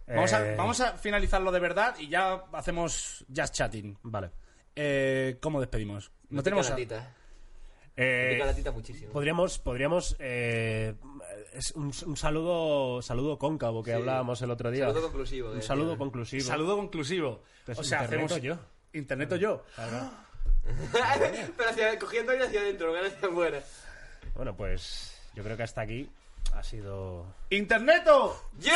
Speaker 1: Vamos,
Speaker 2: Eh.
Speaker 1: a, vamos a finalizarlo de verdad y ya hacemos just chatting.
Speaker 2: Vale.
Speaker 1: Eh, ¿Cómo despedimos? No tenemos... a-
Speaker 3: Canatita.
Speaker 2: Eh,
Speaker 3: Pica la tita muchísimo.
Speaker 2: Podríamos, podríamos eh, es un, un saludo, saludo cóncavo que hablábamos el otro día.
Speaker 3: Saludo conclusivo,
Speaker 2: Un
Speaker 3: eh.
Speaker 2: saludo conclusivo.
Speaker 1: Saludo conclusivo.
Speaker 2: Pues
Speaker 1: o sea,
Speaker 2: interneto
Speaker 1: hacemos...
Speaker 2: yo.
Speaker 1: Interneto yo.
Speaker 3: Pero hacia, cogiendo aire hacia adentro, ganas hacia afuera.
Speaker 2: Bueno, pues yo creo que hasta aquí ha sido
Speaker 1: ¡Interneto!
Speaker 3: ¡Yo!